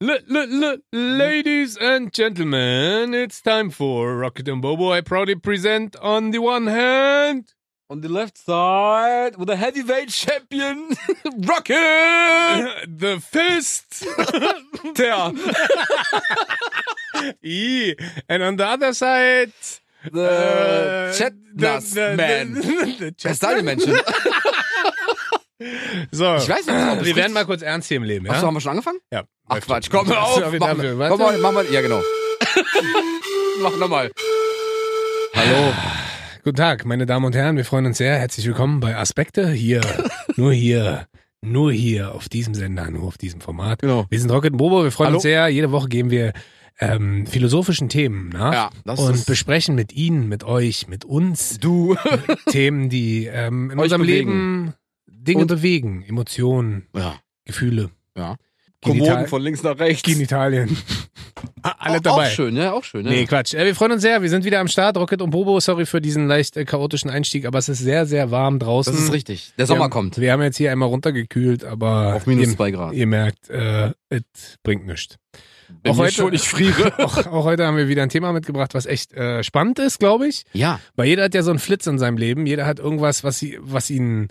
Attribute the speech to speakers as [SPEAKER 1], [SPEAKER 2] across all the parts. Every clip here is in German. [SPEAKER 1] L- l- l- ladies and gentlemen, it's time for Rocket and Bobo. I proudly present on the one hand.
[SPEAKER 2] On the left side, with the heavyweight champion, Rocket!
[SPEAKER 1] The fist.
[SPEAKER 2] Tear.
[SPEAKER 1] Eee. and on the other side. uh,
[SPEAKER 2] The
[SPEAKER 1] Äh, ne,
[SPEAKER 2] Chetnas Man.
[SPEAKER 1] the, the
[SPEAKER 2] Wer ist da die Menschen?
[SPEAKER 1] So.
[SPEAKER 2] Ich weiß nicht, ob
[SPEAKER 1] Wir
[SPEAKER 2] es
[SPEAKER 1] werden
[SPEAKER 2] richtig-
[SPEAKER 1] mal kurz ernst hier im Leben, ja?
[SPEAKER 2] Achso, haben wir schon angefangen?
[SPEAKER 1] ja.
[SPEAKER 2] Ach Quatsch, komm hör auf!
[SPEAKER 1] Ja, wir
[SPEAKER 2] Mach
[SPEAKER 1] dürfen-
[SPEAKER 2] mal,
[SPEAKER 1] warte.
[SPEAKER 2] komm mal, mach mal, ja genau. mach nochmal. Hallo.
[SPEAKER 1] Guten Tag, meine Damen und Herren. Wir freuen uns sehr. Herzlich willkommen bei Aspekte. Hier, nur hier, nur hier, auf diesem Sender, nur auf diesem Format.
[SPEAKER 2] Genau.
[SPEAKER 1] Wir sind Rocket und Bobo. Wir freuen
[SPEAKER 2] Hallo.
[SPEAKER 1] uns sehr. Jede Woche geben wir ähm, philosophischen Themen nach
[SPEAKER 2] Ja, das
[SPEAKER 1] und
[SPEAKER 2] ist-
[SPEAKER 1] besprechen mit Ihnen, mit euch, mit uns
[SPEAKER 2] Du.
[SPEAKER 1] Themen, die ähm, in
[SPEAKER 2] Euch
[SPEAKER 1] unserem
[SPEAKER 2] bewegen.
[SPEAKER 1] Leben Dinge
[SPEAKER 2] Und-
[SPEAKER 1] bewegen. Emotionen,
[SPEAKER 2] Ja.
[SPEAKER 1] Gefühle.
[SPEAKER 2] Ja.
[SPEAKER 1] Genital
[SPEAKER 2] Kommoden von links nach rechts.
[SPEAKER 1] Genitalien. Ah, Alle
[SPEAKER 2] auch,
[SPEAKER 1] dabei.
[SPEAKER 2] Auch schön, ja, auch schön. Ja.
[SPEAKER 1] Nee, Quatsch. Äh, wir freuen uns sehr. Wir sind wieder am Start. Rocket und Bobo, sorry für diesen leicht äh, chaotischen Einstieg, aber es ist sehr, sehr warm draußen.
[SPEAKER 2] das ist richtig. Der Sommer
[SPEAKER 1] Mhm. wir haben,
[SPEAKER 2] kommt.
[SPEAKER 1] Wir haben jetzt hier einmal runtergekühlt, aber
[SPEAKER 2] Auf minus
[SPEAKER 1] ihr,
[SPEAKER 2] zwei Grad.
[SPEAKER 1] ihr merkt, äh, es bringt nichts.
[SPEAKER 2] Wenn
[SPEAKER 1] auch
[SPEAKER 2] mir
[SPEAKER 1] heute-
[SPEAKER 2] schon ich friere.
[SPEAKER 1] Auch, auch heute haben wir wieder ein Thema mitgebracht, was echt äh, spannend ist, glaube ich.
[SPEAKER 2] ja.
[SPEAKER 1] Weil jeder hat ja so einen Flitz in seinem Leben. Jeder hat irgendwas, was, sie, was ihn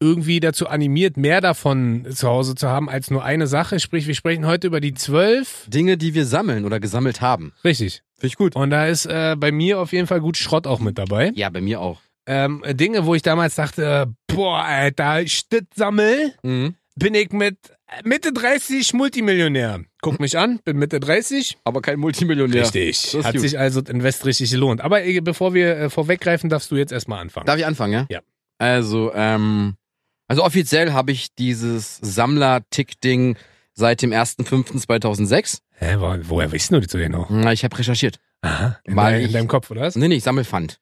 [SPEAKER 1] irgendwie dazu animiert, mehr davon zu Hause zu haben, als nur eine Sache. Sprich, wir sprechen heute über die zwölf.
[SPEAKER 2] Dinge, die wir sammeln oder gesammelt haben.
[SPEAKER 1] Richtig.
[SPEAKER 2] Finde ich gut.
[SPEAKER 1] Und da ist äh, bei mir auf jeden Fall gut Schrott auch mit dabei.
[SPEAKER 2] Ja, bei mir auch.
[SPEAKER 1] ähm, Dinge, wo ich damals dachte, boah, Alter, Stittsammel,
[SPEAKER 2] Mhm.
[SPEAKER 1] bin ich mit Mitte 30 Multimillionär. Guck mich an, bin Mitte 30.
[SPEAKER 2] Aber kein Multimillionär.
[SPEAKER 1] Richtig.
[SPEAKER 2] das ist
[SPEAKER 1] Hat
[SPEAKER 2] gut.
[SPEAKER 1] sich also das Invest richtig gelohnt. Aber äh, bevor wir äh, vorweggreifen, darfst du jetzt erstmal anfangen.
[SPEAKER 2] Darf ich anfangen, ja?
[SPEAKER 1] Ja.
[SPEAKER 2] Also, ähm, also offiziell habe ich dieses Sammler-Tick-Ding seit dem 1.5.2006.
[SPEAKER 1] Hä, wa- woher weißt du das so genau?
[SPEAKER 2] Na, Ich habe recherchiert.
[SPEAKER 1] Aha. In,
[SPEAKER 2] Weil
[SPEAKER 1] dein, in
[SPEAKER 2] ich-
[SPEAKER 1] deinem Kopf, oder was?
[SPEAKER 2] Nee, nee, ich sammel Pfand.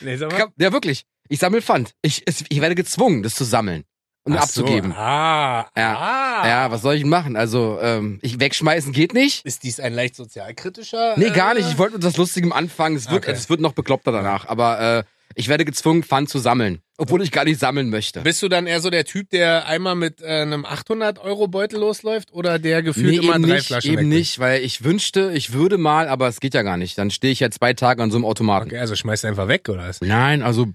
[SPEAKER 1] Nee, sag
[SPEAKER 2] Ich hab- Ja, wirklich. Ich sammel Pfand. Ich, es- ich werde gezwungen, das zu sammeln und
[SPEAKER 1] Ach so,
[SPEAKER 2] abzugeben.
[SPEAKER 1] Ah,
[SPEAKER 2] Ja.
[SPEAKER 1] ah.
[SPEAKER 2] Ja, was soll ich denn machen? Also, ähm, ich wegschmeißen geht nicht.
[SPEAKER 1] Ist dies ein leicht sozialkritischer?
[SPEAKER 2] Nee, gar nicht.
[SPEAKER 1] äh,
[SPEAKER 2] Ich wollte mit was Lustigem anfangen. Es wird,
[SPEAKER 1] Okay.
[SPEAKER 2] es wird noch bekloppter danach. Aber äh, ich werde gezwungen, Pfand zu sammeln. Obwohl ich gar nicht sammeln möchte.
[SPEAKER 1] Bist du dann eher so der Typ, der einmal mit äh, einem 800-Euro-Beutel losläuft oder der gefühlt immer
[SPEAKER 2] eben
[SPEAKER 1] drei
[SPEAKER 2] nicht,
[SPEAKER 1] Flaschen
[SPEAKER 2] Eben
[SPEAKER 1] wegkriegt?
[SPEAKER 2] nicht, weil ich wünschte, ich würde mal, aber es geht ja gar nicht. Dann stehe ich ja zwei Tage an so einem Automaten.
[SPEAKER 1] Okay, also schmeißt du einfach weg, oder was?
[SPEAKER 2] Nein, also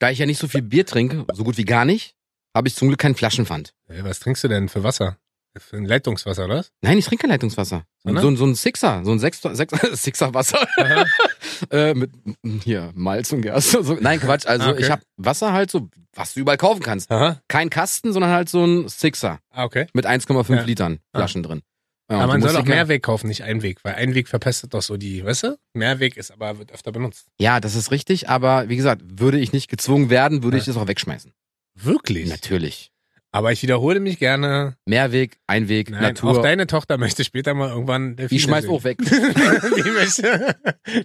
[SPEAKER 2] da ich ja nicht so viel Bier trinke, so gut wie gar nicht, habe ich zum Glück keinen Flaschenpfand.
[SPEAKER 1] Äh, Was trinkst du denn für Wasser? Für ein Leitungswasser, oder was?
[SPEAKER 2] Nein, ich trinke kein Leitungswasser.
[SPEAKER 1] Sondern?
[SPEAKER 2] So, ein- so ein Sixer, so ein Sechser, Sechser, Sixer Wasser
[SPEAKER 1] Aha.
[SPEAKER 2] äh, mit hier Malz und Gerste. und So. Nein, Quatsch. Also
[SPEAKER 1] Ah, okay.
[SPEAKER 2] ich habe Wasser halt so, was du überall kaufen kannst.
[SPEAKER 1] Aha.
[SPEAKER 2] Kein Kasten, sondern halt so ein Sixer
[SPEAKER 1] Ah, okay.
[SPEAKER 2] mit 1,5
[SPEAKER 1] Ja. Ah.
[SPEAKER 2] Litern Flaschen drin. Ja, und
[SPEAKER 1] aber man
[SPEAKER 2] du musst
[SPEAKER 1] soll auch
[SPEAKER 2] dich ja-
[SPEAKER 1] Mehrweg kaufen, nicht Einweg, weil Einweg verpestet doch so die, weißt du? Mehrweg ist aber, wird öfter benutzt.
[SPEAKER 2] Ja, das ist richtig, aber wie gesagt, würde ich nicht gezwungen werden, würde ich
[SPEAKER 1] Ja.
[SPEAKER 2] das auch wegschmeißen.
[SPEAKER 1] Wirklich?
[SPEAKER 2] Natürlich.
[SPEAKER 1] Aber ich wiederhole mich gerne.
[SPEAKER 2] Mehrweg, Einweg,
[SPEAKER 1] Nein, auch
[SPEAKER 2] Natur.
[SPEAKER 1] deine Tochter möchte später mal irgendwann Delfine
[SPEAKER 2] Ich schmeiß
[SPEAKER 1] sehen.
[SPEAKER 2] auch weg.
[SPEAKER 1] die möchte,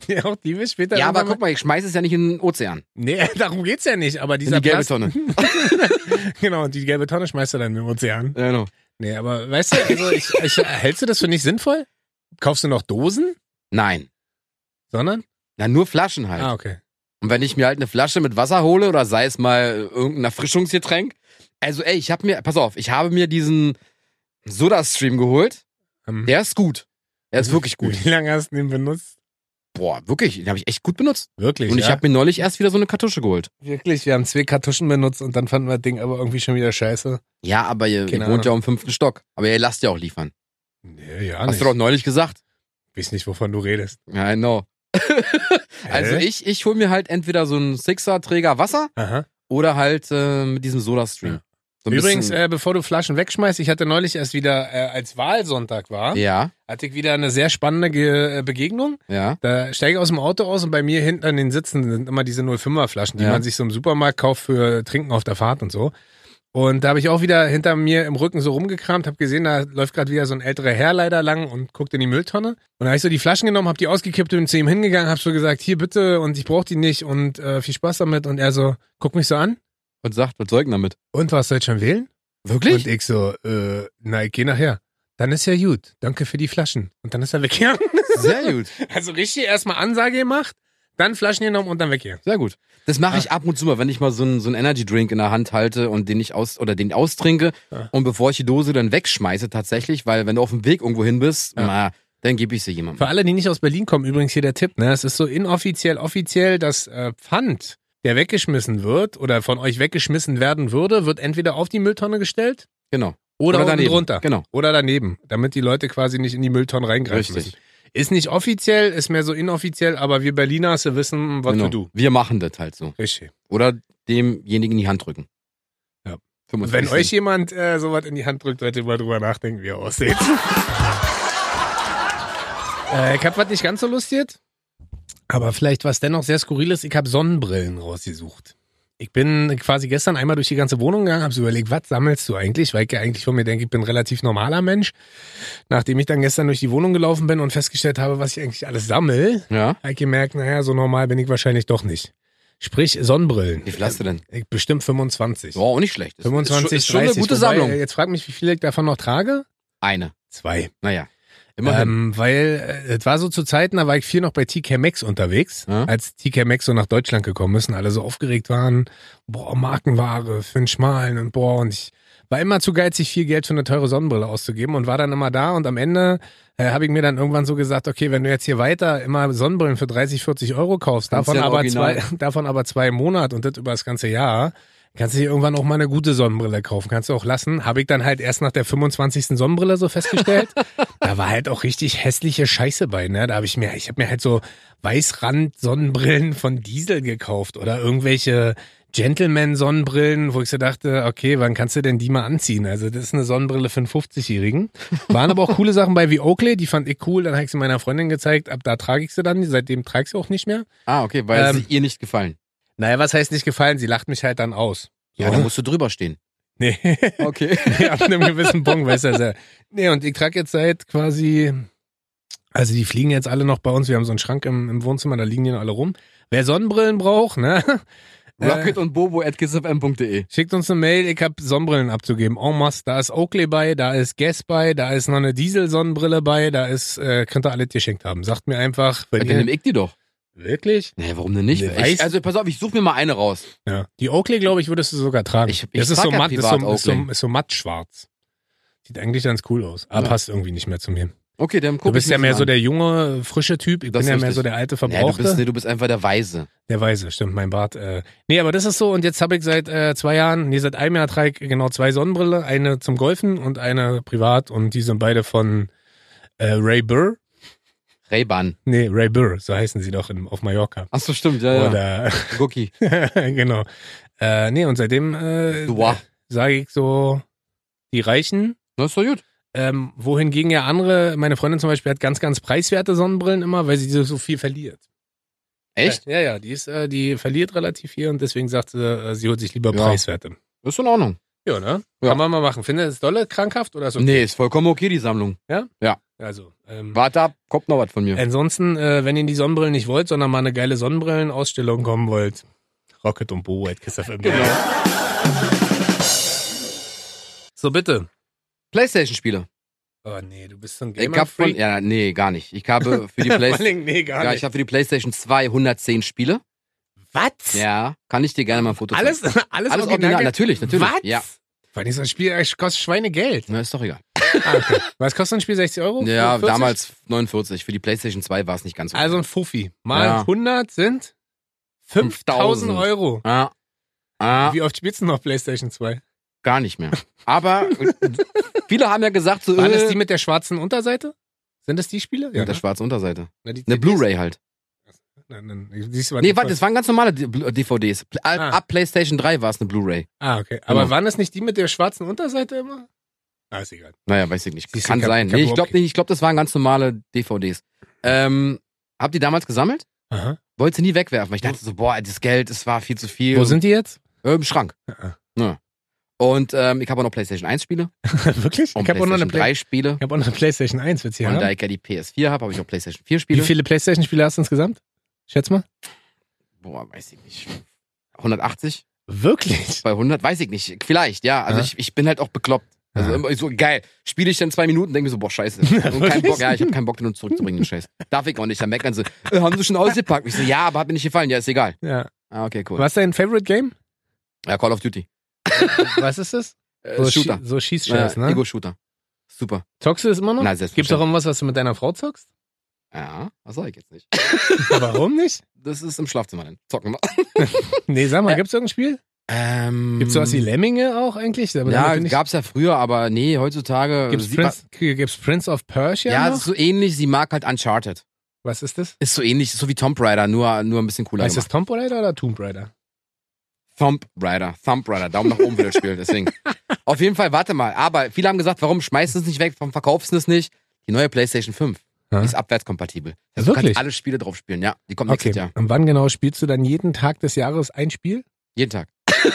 [SPEAKER 1] die auch die will später
[SPEAKER 2] ja, aber
[SPEAKER 1] irgendwann
[SPEAKER 2] guck mal, ich schmeiß es ja nicht in den Ozean.
[SPEAKER 1] Nee, darum geht's ja nicht, aber
[SPEAKER 2] In
[SPEAKER 1] dieser
[SPEAKER 2] die gelbe
[SPEAKER 1] Plast-
[SPEAKER 2] Tonne.
[SPEAKER 1] Genau, und die gelbe Tonne schmeißt du dann im Ozean.
[SPEAKER 2] Ja, genau.
[SPEAKER 1] Nee, aber weißt du, also ich, ich, hältst du das für nicht sinnvoll? Kaufst du noch Dosen?
[SPEAKER 2] Nein.
[SPEAKER 1] Sondern?
[SPEAKER 2] Na, nur Flaschen halt.
[SPEAKER 1] Ah, okay.
[SPEAKER 2] Und wenn ich mir halt eine Flasche mit Wasser hole oder sei es mal irgendein Erfrischungsgetränk. Also ey, ich habe mir, pass auf, ich habe mir diesen Soda-Stream geholt.
[SPEAKER 1] Ähm,
[SPEAKER 2] Der ist gut. Der
[SPEAKER 1] Mhm.
[SPEAKER 2] ist wirklich gut.
[SPEAKER 1] Wie lange hast du den benutzt?
[SPEAKER 2] Boah, wirklich, den habe ich echt gut benutzt.
[SPEAKER 1] Wirklich,
[SPEAKER 2] Und ich
[SPEAKER 1] ja?
[SPEAKER 2] habe mir neulich erst wieder so eine Kartusche geholt.
[SPEAKER 1] wirklich, wir haben zwei Kartuschen benutzt und dann fanden wir das Ding aber irgendwie schon wieder scheiße.
[SPEAKER 2] Ja, aber ihr,
[SPEAKER 1] Keine
[SPEAKER 2] ihr wohnt
[SPEAKER 1] Ahnung.
[SPEAKER 2] ja im fünften Stock. Aber ihr lasst ja auch liefern.
[SPEAKER 1] Nee, ja
[SPEAKER 2] Hast du doch neulich gesagt.
[SPEAKER 1] Ich weiß nicht, wovon du redest.
[SPEAKER 2] Ja, genau. Also
[SPEAKER 1] Hä?
[SPEAKER 2] ich, ich hol mir halt entweder so einen Sixer-Träger Wasser
[SPEAKER 1] Aha.
[SPEAKER 2] oder halt äh, mit diesem Soda-Stream.
[SPEAKER 1] Ja.
[SPEAKER 2] So ein
[SPEAKER 1] Übrigens,
[SPEAKER 2] bisschen,
[SPEAKER 1] äh, bevor du Flaschen wegschmeißt, ich hatte neulich erst wieder, äh, als Wahlsonntag war,
[SPEAKER 2] ja,
[SPEAKER 1] hatte ich wieder eine sehr spannende Ge äh, Begegnung.
[SPEAKER 2] ja.
[SPEAKER 1] Da steige ich aus dem Auto aus und bei mir hinten an den Sitzen sind immer diese 05er Flaschen, die
[SPEAKER 2] Ja.
[SPEAKER 1] man sich so im Supermarkt kauft für Trinken auf der Fahrt und so. Und da habe ich auch wieder hinter mir im Rücken so rumgekramt, habe gesehen, da läuft gerade wieder so ein älterer Herr leider lang und guckt in die Mülltonne. Und da habe ich so die Flaschen genommen, habe die ausgekippt und zu ihm hingegangen, habe so gesagt, hier bitte und ich brauche die nicht und äh, viel Spaß damit. Und er so, guck mich so an.
[SPEAKER 2] Und sagt, was soll ich denn damit?
[SPEAKER 1] Und was soll ich schon wählen?
[SPEAKER 2] Wirklich?
[SPEAKER 1] Und ich so, äh, na, ich geh nachher. Dann ist ja gut. Danke für die Flaschen. Und dann ist er weggegangen.
[SPEAKER 2] Sehr gut.
[SPEAKER 1] Also richtig erstmal Ansage gemacht, dann Flaschen genommen und dann weggegangen.
[SPEAKER 2] Sehr gut. Das mache
[SPEAKER 1] Ah.
[SPEAKER 2] ich ab und zu mal, wenn ich mal so einen, so einen Energy Drink in der Hand halte und den nicht aus oder den austrinke
[SPEAKER 1] Ja.
[SPEAKER 2] und bevor ich die Dose dann wegschmeiße tatsächlich, weil wenn du auf dem Weg irgendwo hin bist,
[SPEAKER 1] Ja.
[SPEAKER 2] na, dann gebe ich sie jemandem.
[SPEAKER 1] Für alle, die nicht aus Berlin kommen, übrigens hier der Tipp, ne? Es ist so inoffiziell, offiziell, dass äh, Pfand, der weggeschmissen wird oder von euch weggeschmissen werden würde, wird entweder auf die Mülltonne gestellt
[SPEAKER 2] Genau.
[SPEAKER 1] oder, unten
[SPEAKER 2] daneben.
[SPEAKER 1] drunter.
[SPEAKER 2] Genau.
[SPEAKER 1] Oder daneben, damit die Leute quasi nicht in die Mülltonne reingreifen
[SPEAKER 2] Richtig.
[SPEAKER 1] müssen. Ist nicht offiziell, ist mehr so inoffiziell, aber wir Berliner so wissen, was
[SPEAKER 2] genau.
[SPEAKER 1] to do.
[SPEAKER 2] Wir machen das halt so.
[SPEAKER 1] Richtig.
[SPEAKER 2] Oder demjenigen in die Hand drücken.
[SPEAKER 1] Ja.
[SPEAKER 2] 25
[SPEAKER 1] Wenn euch
[SPEAKER 2] Cent.
[SPEAKER 1] jemand äh, sowas in die Hand drückt, solltet ihr mal drüber nachdenken, wie ihr aussieht. äh, ich hab was nicht ganz so lustiges, aber vielleicht was dennoch sehr skurril ist, ich habe Sonnenbrillen rausgesucht. Ich bin quasi gestern einmal durch die ganze Wohnung gegangen, habe so überlegt, was sammelst du eigentlich? Weil ich ja eigentlich von mir denke, ich bin ein relativ normaler Mensch. Nachdem ich dann gestern durch die Wohnung gelaufen bin und festgestellt habe, was ich eigentlich alles sammel,
[SPEAKER 2] Ja?
[SPEAKER 1] habe ich gemerkt, naja, so normal bin ich wahrscheinlich doch nicht. Sprich, Sonnenbrillen.
[SPEAKER 2] Wie viel hast du denn?
[SPEAKER 1] Ich bestimmt 25.
[SPEAKER 2] Ja, auch nicht schlecht. Ist-
[SPEAKER 1] 25,
[SPEAKER 2] ist schon,
[SPEAKER 1] 30.
[SPEAKER 2] ist schon eine gute
[SPEAKER 1] wobei,
[SPEAKER 2] Sammlung.
[SPEAKER 1] äh, Jetzt frag mich, wie viele ich davon noch trage?
[SPEAKER 2] Eine.
[SPEAKER 1] Zwei.
[SPEAKER 2] Naja. Immerhin.
[SPEAKER 1] Ähm, weil äh, es war so zu Zeiten, da war ich viel noch bei TK Maxx unterwegs,
[SPEAKER 2] Ja.
[SPEAKER 1] als TK Maxx so nach Deutschland gekommen ist und alle so aufgeregt waren, boah, Markenware für einen Schmalen und boah, und ich war immer zu geizig, viel Geld für eine teure Sonnenbrille auszugeben und war dann immer da und am Ende äh, habe ich mir dann irgendwann so gesagt, okay, wenn du jetzt hier weiter immer Sonnenbrillen für 30, 40 Euro kaufst,
[SPEAKER 2] Kannst
[SPEAKER 1] davon
[SPEAKER 2] ja ein
[SPEAKER 1] aber, zwei,
[SPEAKER 2] Original.
[SPEAKER 1] davon aber zwei im Monat und das über das ganze Jahr, kannst du dir irgendwann auch mal eine gute Sonnenbrille kaufen. Kannst du auch lassen. Habe ich dann halt erst nach der 25. Sonnenbrille so festgestellt. da war halt auch richtig hässliche Scheiße bei, ne? Da habe ich mir, ich habe mir halt so Weißrand-Sonnenbrillen von Diesel gekauft oder irgendwelche Gentleman-Sonnenbrillen, wo ich so dachte, okay, wann kannst du denn die mal anziehen? Also das ist eine Sonnenbrille für einen 50-Jährigen. Waren aber auch coole Sachen bei wie Oakley, die fand ich cool, dann habe ich sie meiner Freundin gezeigt, ab da trage ich sie dann, seitdem trage ich sie auch nicht mehr.
[SPEAKER 2] ah, okay, weil
[SPEAKER 1] ähm,
[SPEAKER 2] sie ihr nicht gefallen.
[SPEAKER 1] Naja, was heißt nicht gefallen? Sie lacht mich halt dann aus.
[SPEAKER 2] Ja, da musst du drüber stehen.
[SPEAKER 1] Nee,
[SPEAKER 2] Okay.
[SPEAKER 1] ab einem gewissen Punkt, weißt du das ja. Nee, und ich trage jetzt seit quasi, also die fliegen jetzt alle noch bei uns, wir haben so einen Schrank im, im Wohnzimmer, da liegen die noch alle rum. Wer Sonnenbrillen braucht, ne,
[SPEAKER 2] Rocket
[SPEAKER 1] Äh.
[SPEAKER 2] und Bobo at kissfm.de.
[SPEAKER 1] schickt uns eine Mail, ich hab Sonnenbrillen abzugeben, en masse. Da ist Oakley bei, da ist Guess bei, da ist noch eine Diesel-Sonnenbrille bei, da ist, äh, könnt ihr alle geschenkt haben. Sagt mir einfach,
[SPEAKER 2] Dann
[SPEAKER 1] wenn
[SPEAKER 2] nehme
[SPEAKER 1] ihr...
[SPEAKER 2] ich die doch.
[SPEAKER 1] Wirklich?
[SPEAKER 2] Nee, warum denn nicht?
[SPEAKER 1] Nee,
[SPEAKER 2] ich,
[SPEAKER 1] weiß-
[SPEAKER 2] also pass auf, ich suche mir mal eine raus.
[SPEAKER 1] Ja. Die Oakley, glaube ich, würdest du sogar tragen.
[SPEAKER 2] Ich- ich
[SPEAKER 1] das ist
[SPEAKER 2] trag
[SPEAKER 1] so
[SPEAKER 2] ja
[SPEAKER 1] matt, ist so,
[SPEAKER 2] privat
[SPEAKER 1] ist, so,
[SPEAKER 2] Oakley.
[SPEAKER 1] ist so matt schwarz. Sieht eigentlich ganz cool aus, aber
[SPEAKER 2] Ja.
[SPEAKER 1] passt irgendwie nicht mehr zu mir.
[SPEAKER 2] Okay, dann guck
[SPEAKER 1] Du bist
[SPEAKER 2] ich
[SPEAKER 1] ja
[SPEAKER 2] mir
[SPEAKER 1] mehr
[SPEAKER 2] das
[SPEAKER 1] so
[SPEAKER 2] an.
[SPEAKER 1] der junge, frische Typ. Ich
[SPEAKER 2] Das
[SPEAKER 1] bin
[SPEAKER 2] ist
[SPEAKER 1] ja mehr
[SPEAKER 2] richtig.
[SPEAKER 1] so der alte
[SPEAKER 2] Nee, du,
[SPEAKER 1] Verbrauchte.
[SPEAKER 2] bist, nee, du bist einfach der Weise.
[SPEAKER 1] der Weise, stimmt, mein Bart. Äh. Nee, aber das ist so. Und jetzt habe ich seit äh, zwei Jahren, nee, seit einem Jahr trage ich genau zwei Sonnenbrille. Eine zum Golfen und eine privat. Und die sind beide von äh, Ray Burr.
[SPEAKER 2] Ray-Ban.
[SPEAKER 1] Nee, Ray Burr, so heißen sie doch in, auf Mallorca.
[SPEAKER 2] Achso, stimmt, ja, ja.
[SPEAKER 1] Oder,
[SPEAKER 2] Gucki.
[SPEAKER 1] genau. Äh, nee, und seitdem äh,
[SPEAKER 2] Wow.
[SPEAKER 1] sage ich so, die Reichen
[SPEAKER 2] Na, ist doch gut.
[SPEAKER 1] Ähm, wohingegen ja andere, meine Freundin zum Beispiel hat ganz, ganz preiswerte Sonnenbrillen immer, weil sie so, so viel verliert.
[SPEAKER 2] Echt?
[SPEAKER 1] Ja, ja, die ist, äh, die verliert relativ viel und deswegen sagt sie, äh, sie holt sich lieber
[SPEAKER 2] Ja.
[SPEAKER 1] preiswerte.
[SPEAKER 2] Ist in Ordnung.
[SPEAKER 1] Ja, ne?
[SPEAKER 2] Ja.
[SPEAKER 1] Kann man mal machen. Findet ihr das dolle krankhaft oder so?
[SPEAKER 2] Nee, ist vollkommen okay, die Sammlung.
[SPEAKER 1] Also, ähm,
[SPEAKER 2] Warte ab, kommt noch was von mir.
[SPEAKER 1] ansonsten, äh, wenn ihr die Sonnenbrillen nicht wollt, sondern mal eine geile Sonnenbrillen-Ausstellung kommen wollt, Rocket und Bo at Kiss FM.
[SPEAKER 2] Genau.
[SPEAKER 1] So, bitte.
[SPEAKER 2] Playstation-Spiele.
[SPEAKER 1] Oh, nee, du bist so ein
[SPEAKER 2] Ich hab von,
[SPEAKER 1] Gamer-Freak.
[SPEAKER 2] ja, nee, gar nicht. Ich habe für die
[SPEAKER 1] Vor allen
[SPEAKER 2] Playstation,
[SPEAKER 1] Dingen, nee, gar
[SPEAKER 2] ja, ich
[SPEAKER 1] nicht.
[SPEAKER 2] habe für die Playstation 2 110 Spiele.
[SPEAKER 1] Was?
[SPEAKER 2] Ja, kann ich dir gerne mal ein Foto
[SPEAKER 1] Alles,
[SPEAKER 2] zeigen.
[SPEAKER 1] alles,
[SPEAKER 2] Alles original, natürlich, natürlich.
[SPEAKER 1] Was?
[SPEAKER 2] Ja.
[SPEAKER 1] Weil dieses Spiel äh, kostet Schweinegeld.
[SPEAKER 2] Na, ist doch egal.
[SPEAKER 1] Ah, okay. Was kostet ein Spiel? 60 Euro?
[SPEAKER 2] Ja,
[SPEAKER 1] 40?
[SPEAKER 2] damals 49. Für die PlayStation 2 war es nicht ganz so.
[SPEAKER 1] Also ein Fuffi. Mal
[SPEAKER 2] Ja.
[SPEAKER 1] 100 sind 5000
[SPEAKER 2] 5000
[SPEAKER 1] Euro.
[SPEAKER 2] ah, ah,
[SPEAKER 1] Wie oft spielst du noch PlayStation 2?
[SPEAKER 2] gar nicht mehr. Aber äh, viele haben ja gesagt, so
[SPEAKER 1] Waren
[SPEAKER 2] äh,
[SPEAKER 1] es die mit der schwarzen Unterseite? Sind das die Spiele?
[SPEAKER 2] mit der
[SPEAKER 1] ne?
[SPEAKER 2] schwarzen Unterseite.
[SPEAKER 1] Na, die
[SPEAKER 2] Eine
[SPEAKER 1] CDs.
[SPEAKER 2] Blu-ray halt.
[SPEAKER 1] Nein, nein, siehst du, waren
[SPEAKER 2] Nee,
[SPEAKER 1] die
[SPEAKER 2] warte,
[SPEAKER 1] voll-
[SPEAKER 2] das waren ganz normale D- Blu- DVDs. Pl- ab-
[SPEAKER 1] Ah.
[SPEAKER 2] Ab PlayStation 3 war es eine Blu-ray.
[SPEAKER 1] Ah, okay. Aber
[SPEAKER 2] Genau.
[SPEAKER 1] waren das nicht die mit der schwarzen Unterseite immer? Ah, ist egal.
[SPEAKER 2] Naja, weiß ich nicht.
[SPEAKER 1] Siehst du,
[SPEAKER 2] Kann
[SPEAKER 1] ich hab-
[SPEAKER 2] sein.
[SPEAKER 1] ich hab
[SPEAKER 2] Nee, ich glaube
[SPEAKER 1] überhaupt-
[SPEAKER 2] nicht. Ich glaube, das waren ganz normale DVDs. Ähm, habt ihr damals gesammelt?
[SPEAKER 1] Aha.
[SPEAKER 2] Wollt ihr nie wegwerfen. weil Ich dachte so, boah, das Geld, das war viel zu viel.
[SPEAKER 1] Wo sind die jetzt?
[SPEAKER 2] Äh, Im Schrank.
[SPEAKER 1] Ah.
[SPEAKER 2] Ja. Und ähm, ich habe auch noch PlayStation 1 Spiele.
[SPEAKER 1] Wirklich?
[SPEAKER 2] Und
[SPEAKER 1] Ich habe auch noch eine
[SPEAKER 2] PlayStation
[SPEAKER 1] Play
[SPEAKER 2] 3 Spiele.
[SPEAKER 1] ich hab auch noch eine PlayStation 1, willst du hier
[SPEAKER 2] Und da
[SPEAKER 1] haben?
[SPEAKER 2] ich ja die PS4 habe, habe ich auch PlayStation 4 Spiele.
[SPEAKER 1] Wie viele PlayStation-Spiele hast du insgesamt? Schätz mal.
[SPEAKER 2] Boah, weiß ich nicht. 180?
[SPEAKER 1] Wirklich?
[SPEAKER 2] 200? Weiß ich nicht. Vielleicht, ja. Also
[SPEAKER 1] Ja.
[SPEAKER 2] ich, ich bin halt auch bekloppt. Also
[SPEAKER 1] Ja.
[SPEAKER 2] immer so, geil. Spiele ich dann zwei Minuten, denke mir so, boah, scheiße. Und kein Bock, ja, ich habe keinen Bock, den uns zurückzubringen, den Scheiß. Darf ich auch nicht. Dann meckern sie, äh, haben sie schon ausgepackt. Ich so, ja, aber hat mir nicht gefallen. Ja, ist egal.
[SPEAKER 1] Ja.
[SPEAKER 2] Ah, okay, cool.
[SPEAKER 1] Was ist dein Favorite Game?
[SPEAKER 2] Ja, Call of Duty.
[SPEAKER 1] Was ist das?
[SPEAKER 2] Äh,
[SPEAKER 1] So,
[SPEAKER 2] Shooter.
[SPEAKER 1] Schi- so Schießscheiß,
[SPEAKER 2] Ja,
[SPEAKER 1] ne?
[SPEAKER 2] Ego-Shooter. Super.
[SPEAKER 1] Zockst du es immer noch?
[SPEAKER 2] Na,
[SPEAKER 1] Gibt's auch
[SPEAKER 2] selbstverständlich.
[SPEAKER 1] irgendwas, was du mit deiner Frau zockst?
[SPEAKER 2] Ja, was sag ich jetzt nicht?
[SPEAKER 1] Warum nicht?
[SPEAKER 2] Das ist im Schlafzimmer dann. Zocken wir.
[SPEAKER 1] Nee, sag mal,
[SPEAKER 2] Äh,
[SPEAKER 1] gibt's irgendein Spiel?
[SPEAKER 2] Ähm,
[SPEAKER 1] Gibt's sowas wie Lemminge auch eigentlich? Aber
[SPEAKER 2] Ja,
[SPEAKER 1] damit du nicht-
[SPEAKER 2] gab's ja früher, aber nee, heutzutage.
[SPEAKER 1] Gibt's
[SPEAKER 2] sie-
[SPEAKER 1] Prince, gibt's Prince of Persia
[SPEAKER 2] ja,
[SPEAKER 1] noch?
[SPEAKER 2] ist so ähnlich. Sie mag halt Uncharted.
[SPEAKER 1] Was ist das?
[SPEAKER 2] Ist so ähnlich, so wie Tomb Raider, nur, nur ein bisschen cooler.
[SPEAKER 1] Heißt
[SPEAKER 2] Gemacht.
[SPEAKER 1] das Tomb Raider oder Tomb Raider?
[SPEAKER 2] Thump Rider, Thump Rider, Daumen nach oben für das Spiel, deswegen. Auf jeden Fall, warte mal. Aber viele haben gesagt, warum schmeißen sie es nicht weg, warum verkaufst du es nicht? Die neue PlayStation 5
[SPEAKER 1] Ja.
[SPEAKER 2] ist abwärtskompatibel. Also du
[SPEAKER 1] Wirklich?
[SPEAKER 2] kannst alle Spiele drauf spielen, ja. Die kommt
[SPEAKER 1] Okay.
[SPEAKER 2] nächstes Jahr.
[SPEAKER 1] Und wann genau spielst du dann jeden Tag des Jahres ein Spiel?
[SPEAKER 2] Jeden Tag.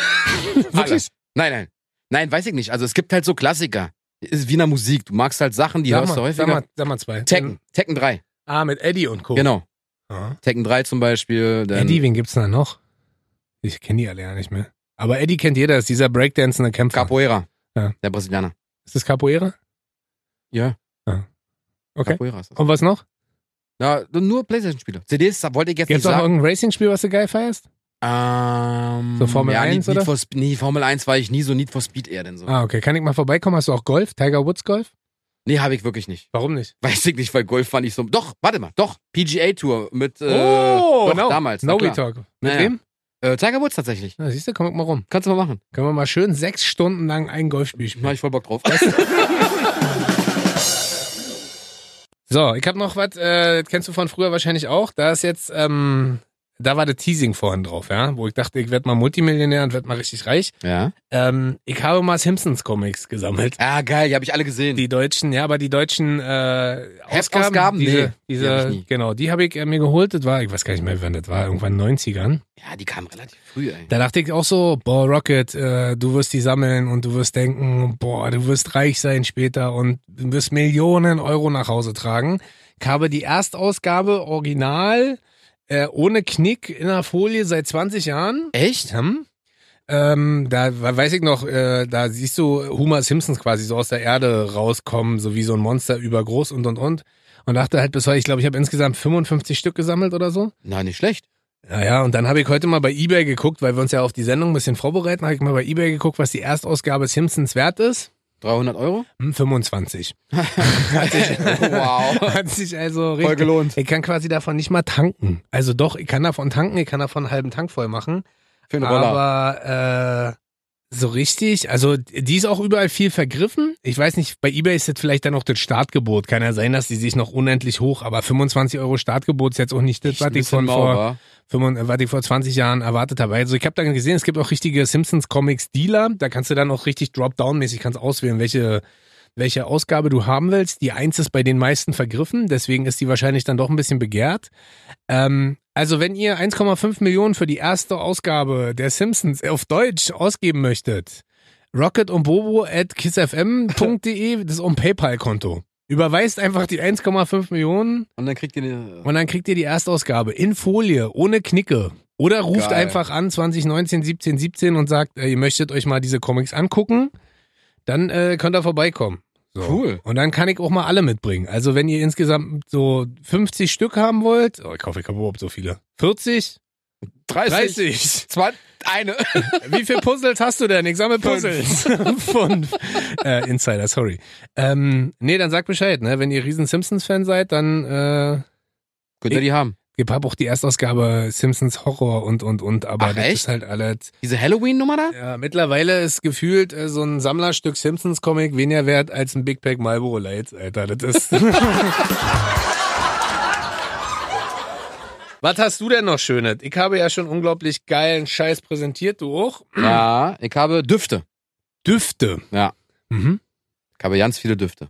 [SPEAKER 2] Alle.
[SPEAKER 1] Wirklich?
[SPEAKER 2] Nein, nein. Nein, weiß ich nicht. Also es gibt halt so Klassiker. Ist wie in der Musik. Du magst halt Sachen, die
[SPEAKER 1] sag,
[SPEAKER 2] hörst du
[SPEAKER 1] mal, sag,
[SPEAKER 2] häufiger.
[SPEAKER 1] mal, sag mal zwei.
[SPEAKER 2] Tekken. Tekken 3.
[SPEAKER 1] Ah, mit Eddie und Co.
[SPEAKER 2] Genau.
[SPEAKER 1] Ah.
[SPEAKER 2] Tekken 3 zum Beispiel. Dann
[SPEAKER 1] Eddie, wen gibt's denn da noch? Ich kenne die alle ja nicht mehr. Aber Eddie kennt jeder, ist dieser breakdancende Kämpfer.
[SPEAKER 2] Capoeira.
[SPEAKER 1] Ja.
[SPEAKER 2] Der Brasilianer.
[SPEAKER 1] ist das Capoeira?
[SPEAKER 2] Ja.
[SPEAKER 1] Ah. Okay.
[SPEAKER 2] Capoeira ist das.
[SPEAKER 1] Und was noch?
[SPEAKER 2] Ja, nur Playstation-Spiele. CDs wollte ich jetzt
[SPEAKER 1] Gibt's
[SPEAKER 2] nicht
[SPEAKER 1] auch
[SPEAKER 2] sagen.
[SPEAKER 1] irgendein Racing-Spiel, was du geil feierst?
[SPEAKER 2] Ähm,
[SPEAKER 1] So Formel
[SPEAKER 2] ja,
[SPEAKER 1] 1
[SPEAKER 2] Need,
[SPEAKER 1] oder?
[SPEAKER 2] Need for Speed, nee, Formel 1 war ich nie so Need for Speed eher denn so.
[SPEAKER 1] Ah, okay. Kann ich mal vorbeikommen? Hast du auch Golf? Tiger Woods Golf?
[SPEAKER 2] Nee, habe ich wirklich nicht.
[SPEAKER 1] Warum nicht?
[SPEAKER 2] Weiß ich nicht, weil Golf fand ich so. Doch, warte mal, doch, PGA-Tour mit äh,
[SPEAKER 1] Oh,
[SPEAKER 2] doch,
[SPEAKER 1] no.
[SPEAKER 2] damals. na
[SPEAKER 1] No We
[SPEAKER 2] klar.
[SPEAKER 1] Talk. Mit
[SPEAKER 2] Naja.
[SPEAKER 1] wem?
[SPEAKER 2] Äh, Tiger Woods tatsächlich.
[SPEAKER 1] Na, siehst du, komm ich mal rum.
[SPEAKER 2] Kannst du mal machen.
[SPEAKER 1] Können wir mal schön sechs Stunden lang ein Golfspiel
[SPEAKER 2] Mach
[SPEAKER 1] spielen.
[SPEAKER 2] ich voll Bock drauf.
[SPEAKER 1] So, ich habe noch was, äh, das kennst du von früher wahrscheinlich auch. Da ist jetzt, ähm, da war der Teasing vorhin drauf, ja, wo ich dachte, ich werde mal Multimillionär und werde mal richtig reich.
[SPEAKER 2] ja.
[SPEAKER 1] Ähm, ich habe mal Simpsons Comics gesammelt.
[SPEAKER 2] Ah, geil, die habe ich alle gesehen.
[SPEAKER 1] Die deutschen, ja, aber die deutschen äh, Ausgaben,
[SPEAKER 2] Heftausgaben?
[SPEAKER 1] diese,
[SPEAKER 2] Nee, die
[SPEAKER 1] diese
[SPEAKER 2] hab ich nie.
[SPEAKER 1] genau, die habe ich äh, mir geholt. Das war, ich weiß gar nicht mehr, wann das war, irgendwann in den 90ern.
[SPEAKER 2] ja, die kamen relativ früh, ey.
[SPEAKER 1] Da dachte ich auch so, boah, Rocket, äh, du wirst die sammeln und du wirst denken, boah, du wirst reich sein später und du wirst Millionen Euro nach Hause tragen. Ich habe die Erstausgabe original, äh, ohne Knick, in der Folie seit 20 Jahren.
[SPEAKER 2] Echt?
[SPEAKER 1] Hm. Ähm, da we- weiß ich noch, äh, da siehst du Homer Simpsons quasi so aus der Erde rauskommen, so wie so ein Monster übergroß und und und. Und dachte halt bis heute, ich glaube, ich habe insgesamt 55 Stück gesammelt oder so.
[SPEAKER 2] Na, nicht schlecht.
[SPEAKER 1] Naja, und dann habe ich heute mal bei eBay geguckt, weil wir uns ja auf die Sendung ein bisschen vorbereiten, habe ich mal bei eBay geguckt, was die Erstausgabe Simpsons wert ist.
[SPEAKER 2] 300 Euro?
[SPEAKER 1] Hm, 25.
[SPEAKER 2] wow.
[SPEAKER 1] Hat sich also
[SPEAKER 2] Voll
[SPEAKER 1] richtig.
[SPEAKER 2] gelohnt.
[SPEAKER 1] Ich kann quasi davon nicht mal tanken. Also doch, ich kann davon tanken, ich kann davon einen halben Tank voll machen.
[SPEAKER 2] Für einen Roller.
[SPEAKER 1] Aber äh, so richtig, also die ist auch überall viel vergriffen. Ich weiß nicht, bei eBay ist jetzt vielleicht dann auch das Startgebot. Kann ja sein, dass die sich noch unendlich hoch, aber 25 Euro Startgebot ist jetzt auch nicht das,
[SPEAKER 2] Echt
[SPEAKER 1] was
[SPEAKER 2] ein
[SPEAKER 1] ich
[SPEAKER 2] bisschen
[SPEAKER 1] von
[SPEAKER 2] mau,
[SPEAKER 1] vor
[SPEAKER 2] wa?
[SPEAKER 1] 25, äh, was ich vor 20 Jahren erwartet habe. Also ich habe dann gesehen, es gibt auch richtige Simpsons Comics Dealer. Da kannst du dann auch richtig Dropdown-mäßig kannst auswählen, welche, welche Ausgabe du haben willst. Die Eins ist bei den meisten vergriffen, deswegen ist die wahrscheinlich dann doch ein bisschen begehrt. Ähm, also wenn ihr 1,5 Millionen für die erste Ausgabe der Simpsons auf Deutsch ausgeben möchtet, Rocket und Bobo at kissfm.de, das ist um PayPal-Konto. Überweist einfach die 1,5 Millionen
[SPEAKER 2] Und dann kriegt ihr äh, eine.
[SPEAKER 1] und dann kriegt ihr die Erstausgabe in Folie, ohne Knicke. Oder ruft
[SPEAKER 2] Geil.
[SPEAKER 1] einfach an 2019 17 17 und sagt, äh, ihr möchtet euch mal diese Comics angucken, dann äh, könnt ihr vorbeikommen. So.
[SPEAKER 2] Cool.
[SPEAKER 1] Und dann kann ich auch mal alle mitbringen. Also wenn ihr insgesamt so 50 Stück haben wollt, oh, ich hoffe, ich habe überhaupt so viele. 40?
[SPEAKER 2] 30.
[SPEAKER 1] 30.
[SPEAKER 2] 20. Eine.
[SPEAKER 1] Wie viele Puzzles hast du denn? Ich sammle Puzzles.
[SPEAKER 2] Fünf.
[SPEAKER 1] Fünf. Äh, Insider, sorry. Ähm, nee, dann sagt Bescheid, ne? Wenn ihr riesen Simpsons-Fan seid, dann äh,
[SPEAKER 2] Könnt ihr die haben?
[SPEAKER 1] Ich habe auch die Erstausgabe Simpsons Horror und und und, aber
[SPEAKER 2] Ach,
[SPEAKER 1] das
[SPEAKER 2] echt?
[SPEAKER 1] ist halt alles.
[SPEAKER 2] Diese Halloween-Nummer da?
[SPEAKER 1] Ja, mittlerweile ist gefühlt äh, so ein Sammlerstück Simpsons Comic weniger wert als ein Big Pack Marlboro Lights, Alter. Das ist. Was hast du denn noch Schönes? Ich habe ja schon unglaublich geilen Scheiß präsentiert, du auch.
[SPEAKER 2] Ja, ich habe Düfte.
[SPEAKER 1] Düfte.
[SPEAKER 2] Ja.
[SPEAKER 1] Mhm.
[SPEAKER 2] Ich habe ganz viele Düfte.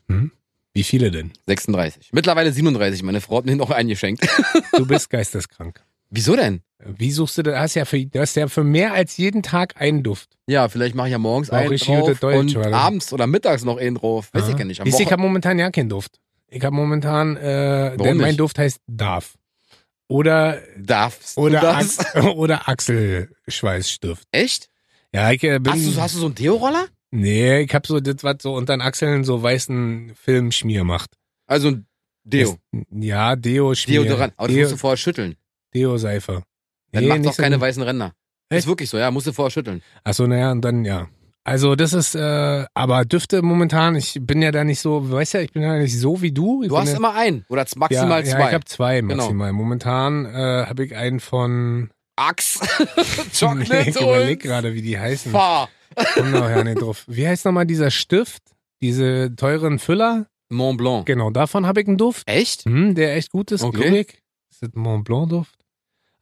[SPEAKER 1] Wie viele denn?
[SPEAKER 2] 36. Mittlerweile 37. Meine Frau hat mir noch einen geschenkt.
[SPEAKER 1] Du bist geisteskrank.
[SPEAKER 2] Wieso denn?
[SPEAKER 1] Wie suchst du das? Hast ja für, du hast ja für mehr als jeden Tag einen Duft.
[SPEAKER 2] Ja, vielleicht mache ich ja morgens
[SPEAKER 1] War auch
[SPEAKER 2] einen
[SPEAKER 1] richtig
[SPEAKER 2] drauf
[SPEAKER 1] gute Deutsch,
[SPEAKER 2] und
[SPEAKER 1] oder?
[SPEAKER 2] abends oder mittags noch einen drauf. Weiß ich ja nicht. Am
[SPEAKER 1] Siehst du, ich
[SPEAKER 2] Wochen-
[SPEAKER 1] habe momentan ja keinen Duft. Ich habe momentan, äh, der,
[SPEAKER 2] nicht?
[SPEAKER 1] mein Duft heißt Darf. Oder,
[SPEAKER 2] Darfst
[SPEAKER 1] oder,
[SPEAKER 2] du das?
[SPEAKER 1] Ax- oder Achselschweißstift.
[SPEAKER 2] Echt?
[SPEAKER 1] Ja, ich äh, bin.
[SPEAKER 2] Hast du, hast du so einen Deo-Roller?
[SPEAKER 1] nee, ich habe so das, was so unter den Achseln so weißen Filmschmier macht.
[SPEAKER 2] Also ein Deo.
[SPEAKER 1] Das- Ja, Deo-Schmier.
[SPEAKER 2] Deodorant. Aber das
[SPEAKER 1] Deo,
[SPEAKER 2] musst du vorher schütteln.
[SPEAKER 1] Deo-Seife.
[SPEAKER 2] Dann
[SPEAKER 1] Nee,
[SPEAKER 2] macht's
[SPEAKER 1] nicht
[SPEAKER 2] auch
[SPEAKER 1] so
[SPEAKER 2] keine
[SPEAKER 1] gut.
[SPEAKER 2] weißen Ränder. Ist
[SPEAKER 1] Echt?
[SPEAKER 2] wirklich so, ja, musst du vorher schütteln.
[SPEAKER 1] Achso, naja, und dann ja. Also das ist, äh, aber Düfte momentan, ich bin ja da nicht so, weißt ja, ich bin ja nicht so wie du. Ich
[SPEAKER 2] Du
[SPEAKER 1] bin
[SPEAKER 2] hast
[SPEAKER 1] ja,
[SPEAKER 2] immer einen oder z- maximal
[SPEAKER 1] ja,
[SPEAKER 2] zwei.
[SPEAKER 1] Ja, ich habe zwei
[SPEAKER 2] Genau.
[SPEAKER 1] maximal. Momentan äh, habe ich einen von,
[SPEAKER 2] Axe,
[SPEAKER 1] Nee, ich
[SPEAKER 2] Chocolate
[SPEAKER 1] überleg
[SPEAKER 2] und
[SPEAKER 1] gerade, wie die heißen.
[SPEAKER 2] Fahr.
[SPEAKER 1] Komm noch ja nicht drauf. Wie heißt nochmal dieser Stift? Diese teuren Füller?
[SPEAKER 2] Mont Blanc.
[SPEAKER 1] Genau, davon habe ich einen Duft.
[SPEAKER 2] Echt?
[SPEAKER 1] Hm, der echt gut ist,
[SPEAKER 2] Okay.
[SPEAKER 1] glaube ich. Ist das Mont Blanc Duft?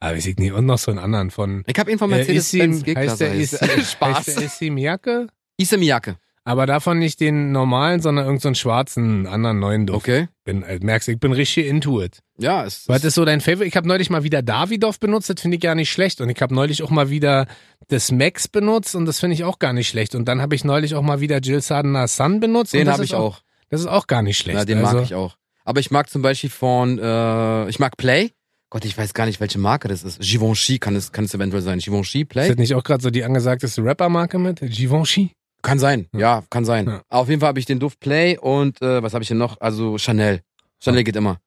[SPEAKER 1] Aber ich sehe nicht. Und noch so einen anderen von.
[SPEAKER 2] Ich habe ihn von
[SPEAKER 1] Äh,
[SPEAKER 2] Mercedes-Benz
[SPEAKER 1] Issim,
[SPEAKER 2] äh,
[SPEAKER 1] heißt der Issim, heißt
[SPEAKER 2] Spaß.
[SPEAKER 1] der Issim Jacke?
[SPEAKER 2] Issamiyake.
[SPEAKER 1] Aber davon nicht den normalen, sondern irgendeinen so schwarzen, anderen neuen Duft.
[SPEAKER 2] Okay.
[SPEAKER 1] Bin, äh, merkst, du, ich bin richtig into it.
[SPEAKER 2] Ja, es
[SPEAKER 1] Was
[SPEAKER 2] ist
[SPEAKER 1] ist so dein Favorite? Ich habe neulich mal wieder Davidoff benutzt, das finde ich gar nicht schlecht. Und ich habe neulich auch mal wieder das Max benutzt und das finde ich auch gar nicht schlecht. Und dann habe ich neulich auch mal wieder Jill Sardener Sun benutzt. und
[SPEAKER 2] den
[SPEAKER 1] das
[SPEAKER 2] habe
[SPEAKER 1] ist
[SPEAKER 2] ich auch.
[SPEAKER 1] Das ist auch gar nicht schlecht.
[SPEAKER 2] Ja, den
[SPEAKER 1] also,
[SPEAKER 2] mag ich auch. Aber ich mag zum Beispiel von, äh, ich mag Play. Gott, ich weiß gar nicht, welche Marke das ist. Givenchy kann es, kann es eventuell sein. Givenchy,
[SPEAKER 1] Ist
[SPEAKER 2] Play?
[SPEAKER 1] das nicht auch gerade so die angesagteste Rappermarke mit? Givenchy?
[SPEAKER 2] Kann sein, ja, kann sein.
[SPEAKER 1] Ja.
[SPEAKER 2] Auf jeden Fall habe ich den Duft Play und äh, was habe ich denn noch? Also Chanel. Chanel geht immer.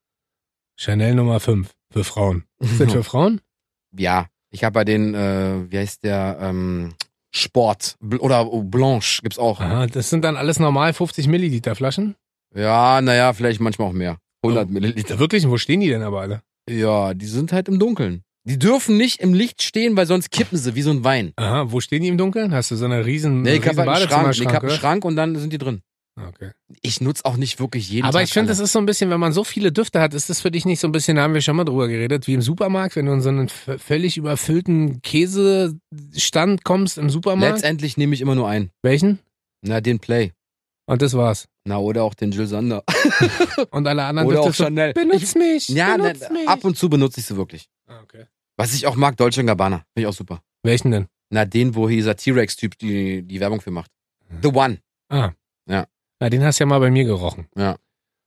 [SPEAKER 1] Chanel Nummer 5 für Frauen. Ist
[SPEAKER 2] Mhm.
[SPEAKER 1] das für Frauen?
[SPEAKER 2] ja, ich habe bei den, äh, wie heißt der, ähm, Sport Bl oder oh, Blanche gibt's auch.
[SPEAKER 1] Aha, das sind dann alles normal 50 Milliliter Flaschen.
[SPEAKER 2] Ja, naja, vielleicht manchmal auch mehr. 100
[SPEAKER 1] Oh.
[SPEAKER 2] Milliliter.
[SPEAKER 1] Wirklich? Wo stehen die denn aber alle?
[SPEAKER 2] Ja, die sind halt im Dunkeln. Die dürfen nicht im Licht stehen, weil sonst kippen sie wie so ein Wein.
[SPEAKER 1] Aha, wo stehen die im Dunkeln? Hast du so eine riesen,
[SPEAKER 2] Nee, ich
[SPEAKER 1] riesen
[SPEAKER 2] habe halt einen Schrank, ich hab einen
[SPEAKER 1] oder?
[SPEAKER 2] Schrank und dann sind die drin.
[SPEAKER 1] Okay.
[SPEAKER 2] Ich nutze auch nicht wirklich jeden
[SPEAKER 1] Aber
[SPEAKER 2] Tag
[SPEAKER 1] ich finde, das
[SPEAKER 2] alle.
[SPEAKER 1] ist so ein bisschen, wenn man so viele Düfte hat, ist das für dich nicht so ein bisschen, da haben wir schon mal drüber geredet, wie im Supermarkt, wenn du in so einen v- völlig überfüllten Käsestand kommst im Supermarkt.
[SPEAKER 2] Letztendlich nehme ich immer nur einen.
[SPEAKER 1] Welchen?
[SPEAKER 2] Na, den Play.
[SPEAKER 1] Und das war's.
[SPEAKER 2] Na, oder auch den Jill Sander.
[SPEAKER 1] Und alle anderen
[SPEAKER 2] Oder auch
[SPEAKER 1] Düfte. so,
[SPEAKER 2] Chanel. Ich,
[SPEAKER 1] benutz mich!
[SPEAKER 2] ja, na,
[SPEAKER 1] benutz mich!
[SPEAKER 2] ab und zu benutze ich sie wirklich.
[SPEAKER 1] Ah, okay.
[SPEAKER 2] Was ich auch mag, Dolce Gabbana. Finde ich auch super.
[SPEAKER 1] Welchen denn?
[SPEAKER 2] Na, den, wo hier dieser T-Rex-Typ die, die Werbung für macht.
[SPEAKER 1] Mhm.
[SPEAKER 2] The One.
[SPEAKER 1] Na, den hast du ja mal bei mir gerochen.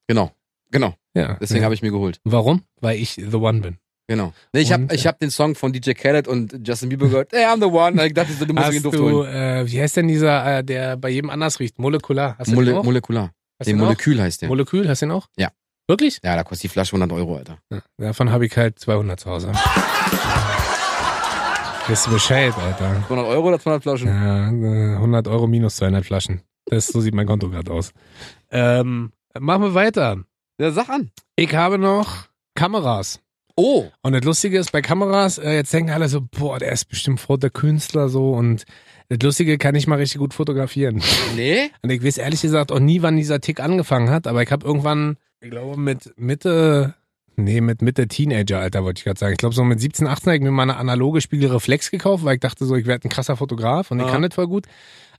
[SPEAKER 2] Genau. Genau.
[SPEAKER 1] Ja.
[SPEAKER 2] Deswegen
[SPEAKER 1] ja.
[SPEAKER 2] habe ich mir geholt.
[SPEAKER 1] Warum? Weil ich the one bin.
[SPEAKER 2] Genau. Nee, ich
[SPEAKER 1] Und,
[SPEAKER 2] habe
[SPEAKER 1] äh,
[SPEAKER 2] ich hab den Song von DJ Khaled und Justin Bieber gehört. Hey, I'm the one. Ich dachte, du musst den
[SPEAKER 1] Hast
[SPEAKER 2] Duft holen.
[SPEAKER 1] du, äh, wie heißt denn dieser, äh, der bei jedem anders riecht? Molekular. Hast du
[SPEAKER 2] Mole
[SPEAKER 1] den auch?
[SPEAKER 2] Molekular.
[SPEAKER 1] hast du
[SPEAKER 2] Den
[SPEAKER 1] den auch?
[SPEAKER 2] Molekül heißt der.
[SPEAKER 1] Molekül, hast du den auch?
[SPEAKER 2] Ja.
[SPEAKER 1] Wirklich?
[SPEAKER 2] ja, da kostet die Flasche 100 Euro, Alter.
[SPEAKER 1] Ja, davon habe ich halt 200 zu Hause. Bist du Bescheid, Alter.
[SPEAKER 2] 200 Euro oder 200 Flaschen?
[SPEAKER 1] Ja, äh, 100 Euro minus 200 Flaschen. Das, so sieht mein Konto gerade aus. Ähm, machen wir weiter.
[SPEAKER 2] Ja, sag an.
[SPEAKER 1] Ich habe noch Kameras.
[SPEAKER 2] Oh.
[SPEAKER 1] Und das Lustige ist, bei Kameras, äh, jetzt denken alle so, boah, der ist bestimmt vor der Künstler so und das Lustige kann ich mal richtig gut fotografieren.
[SPEAKER 2] Nee?
[SPEAKER 1] Und ich weiß ehrlich gesagt auch nie, wann dieser Tick angefangen hat, aber ich habe irgendwann, ich glaube mit Mitte, nee, mit Mitte Teenager-Alter wollte ich gerade sagen. Ich glaube so mit 17, 18 habe ich mir mal eine analoge Spiegelreflex gekauft, weil ich dachte so, ich werde ein krasser Fotograf und ich
[SPEAKER 2] Ja.
[SPEAKER 1] kann das voll gut.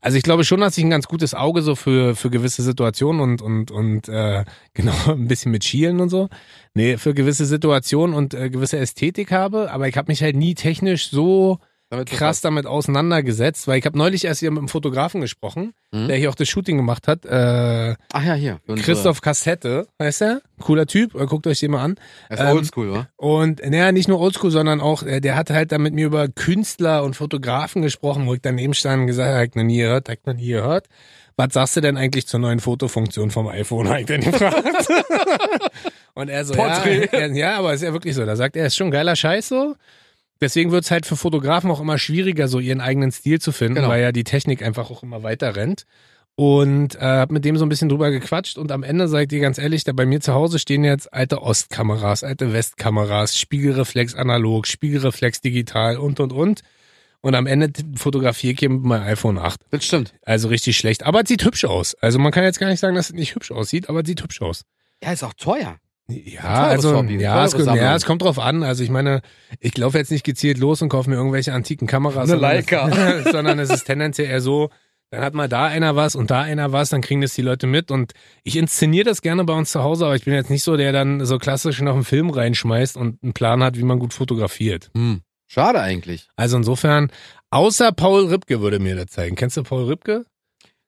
[SPEAKER 1] Also ich glaube schon, dass ich ein ganz gutes Auge so für, für gewisse Situationen und, und, und äh, genau, ein bisschen mit Schielen und so. Nee, für gewisse Situationen und äh, gewisse Ästhetik habe, aber ich habe mich halt nie technisch so
[SPEAKER 2] Damit
[SPEAKER 1] krass damit auseinandergesetzt, weil ich habe neulich erst hier mit einem Fotografen gesprochen,
[SPEAKER 2] Mhm.
[SPEAKER 1] der hier auch das Shooting gemacht hat. Äh,
[SPEAKER 2] Ach ja, hier. Unsere-
[SPEAKER 1] Christoph Kassette, heißt er? Cooler Typ, äh, guckt euch den mal an.
[SPEAKER 2] Das
[SPEAKER 1] ähm,
[SPEAKER 2] ist oldschool, wa?
[SPEAKER 1] Und äh, naja, nicht nur Oldschool, sondern auch, äh, der hat halt dann mit mir über Künstler und Fotografen gesprochen, wo ich daneben stand und gesagt habe, hab ich noch nie gehört, hab ich noch nie gehört. Was sagst du denn eigentlich zur neuen Fotofunktion vom iPhone? Hab ich dann gefragt. und er so, ja,
[SPEAKER 2] Porträt.
[SPEAKER 1] er, ja, aber ist ja wirklich so. Da sagt er, ist schon geiler Scheiß so. Deswegen wird's halt für Fotografen auch immer schwieriger, so ihren eigenen Stil zu finden,
[SPEAKER 2] Genau.
[SPEAKER 1] weil ja die Technik einfach auch immer weiter rennt. Und äh, hab mit dem so ein bisschen drüber gequatscht und am Ende sag ich dir ganz ehrlich, da bei mir zu Hause stehen jetzt alte Ostkameras, alte Westkameras, Spiegelreflex analog, Spiegelreflex digital und und und. Und am Ende t- fotografiere ich hier mit meinem iPhone 8.
[SPEAKER 2] Das stimmt.
[SPEAKER 1] Also richtig schlecht. Aber es sieht hübsch aus. Also man kann jetzt gar nicht sagen, dass es nicht hübsch aussieht, aber es sieht hübsch aus.
[SPEAKER 2] Ja, ist auch teuer.
[SPEAKER 1] Ja,
[SPEAKER 2] Teures
[SPEAKER 1] also
[SPEAKER 2] Hobby,
[SPEAKER 1] ja
[SPEAKER 2] teure
[SPEAKER 1] es, kommt-
[SPEAKER 2] Sammlung.
[SPEAKER 1] ja, es kommt drauf an. Also ich meine, ich laufe jetzt nicht gezielt los und kaufe mir irgendwelche antiken Kameras.
[SPEAKER 2] Eine
[SPEAKER 1] sondern es-
[SPEAKER 2] Leica.
[SPEAKER 1] sondern es ist tendenziell eher so, dann hat mal da einer was und da einer was, dann kriegen das die Leute mit. Und ich inszeniere das gerne bei uns zu Hause, aber ich bin jetzt nicht so, der dann so klassisch noch einen Film reinschmeißt und einen Plan hat, wie man gut fotografiert.
[SPEAKER 2] Hm. Schade eigentlich.
[SPEAKER 1] Also insofern, außer Paul Ripke würde mir das zeigen. Kennst du Paul Ripke?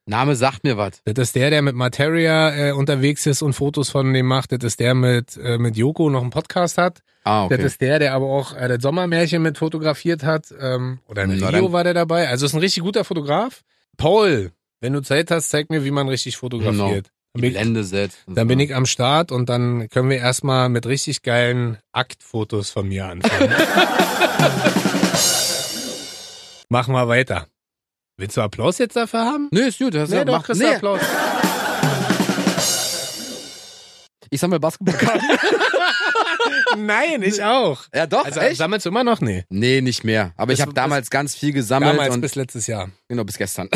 [SPEAKER 2] Name sagt mir was.
[SPEAKER 1] Das ist der, der mit Materia äh, unterwegs ist und Fotos von dem macht. Das ist der mit, äh, mit Joko noch einen Podcast hat.
[SPEAKER 2] Ah, okay.
[SPEAKER 1] Das ist der, der aber auch äh, das Sommermärchen mit fotografiert hat. Ähm, oder in
[SPEAKER 2] Na
[SPEAKER 1] Rio
[SPEAKER 2] dann.
[SPEAKER 1] war der dabei. Also ist ein richtig guter Fotograf. Paul, wenn du Zeit hast, zeig mir, wie man richtig fotografiert.
[SPEAKER 2] Genau. Die Blende setzt. und
[SPEAKER 1] Dann
[SPEAKER 2] so.
[SPEAKER 1] bin ich am Start und dann können wir erstmal mit richtig geilen Aktfotos von mir anfangen. Machen wir weiter. Willst du Applaus jetzt dafür haben?
[SPEAKER 2] Nö, ist gut. Das ist
[SPEAKER 1] Nee,
[SPEAKER 2] ja,
[SPEAKER 1] doch,
[SPEAKER 2] mach,
[SPEAKER 1] kriegst du
[SPEAKER 2] nee,
[SPEAKER 1] Applaus.
[SPEAKER 2] ich sammle Basketballkarten.
[SPEAKER 1] Nein, ich auch.
[SPEAKER 2] ja, doch,
[SPEAKER 1] Also
[SPEAKER 2] echt?
[SPEAKER 1] sammelst du immer noch? Nee.
[SPEAKER 2] Nee, nicht mehr. Aber ich
[SPEAKER 1] Das-
[SPEAKER 2] habe damals ganz viel gesammelt
[SPEAKER 1] Damals
[SPEAKER 2] und
[SPEAKER 1] bis letztes Jahr.
[SPEAKER 2] genau bis gestern.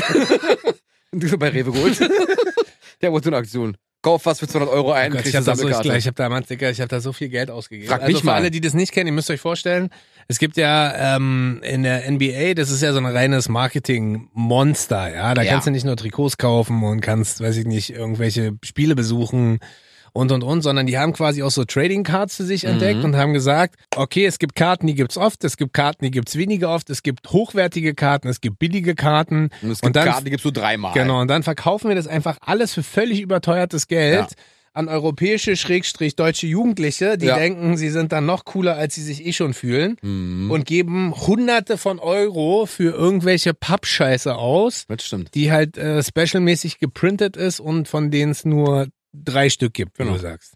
[SPEAKER 2] du bei Rewe geholt. Der wurde so eine Aktion. Kauf was für 200 Euro ein,
[SPEAKER 1] Oh Gott, ich
[SPEAKER 2] kriegst eine
[SPEAKER 1] habe da, so, ich,
[SPEAKER 2] Sammelkarte.
[SPEAKER 1] ich hab damals, Digga, ich hab da so viel Geld ausgegeben.
[SPEAKER 2] Frag
[SPEAKER 1] also
[SPEAKER 2] mich
[SPEAKER 1] für
[SPEAKER 2] mal.
[SPEAKER 1] alle, die das nicht kennen, ihr müsst euch vorstellen, es gibt ja ähm, in der NBA, das ist ja so ein reines Marketing-Monster, ja. Da
[SPEAKER 2] Ja.
[SPEAKER 1] kannst du nicht nur Trikots kaufen und kannst, weiß ich nicht, irgendwelche Spiele besuchen und und und, sondern die haben quasi auch so Trading Cards für sich
[SPEAKER 2] Mhm.
[SPEAKER 1] entdeckt und haben gesagt, okay, es gibt Karten, die gibt's oft, es gibt Karten, die gibt's weniger oft, es gibt hochwertige Karten, es gibt billige Karten.
[SPEAKER 2] und es gibt
[SPEAKER 1] und dann-
[SPEAKER 2] Karten, die gibst du dreimal.
[SPEAKER 1] Genau, und dann verkaufen wir das einfach alles für völlig überteuertes Geld
[SPEAKER 2] Ja.
[SPEAKER 1] an europäische, schrägstrich deutsche Jugendliche, die
[SPEAKER 2] Ja.
[SPEAKER 1] denken, sie sind dann noch cooler, als sie sich eh schon fühlen
[SPEAKER 2] Mhm.
[SPEAKER 1] und geben hunderte von Euro für irgendwelche Pappscheiße aus,
[SPEAKER 2] Das stimmt.
[SPEAKER 1] die halt äh, specialmäßig geprintet ist und von denen es nur drei Stück gibt, wie
[SPEAKER 2] Genau.
[SPEAKER 1] du sagst.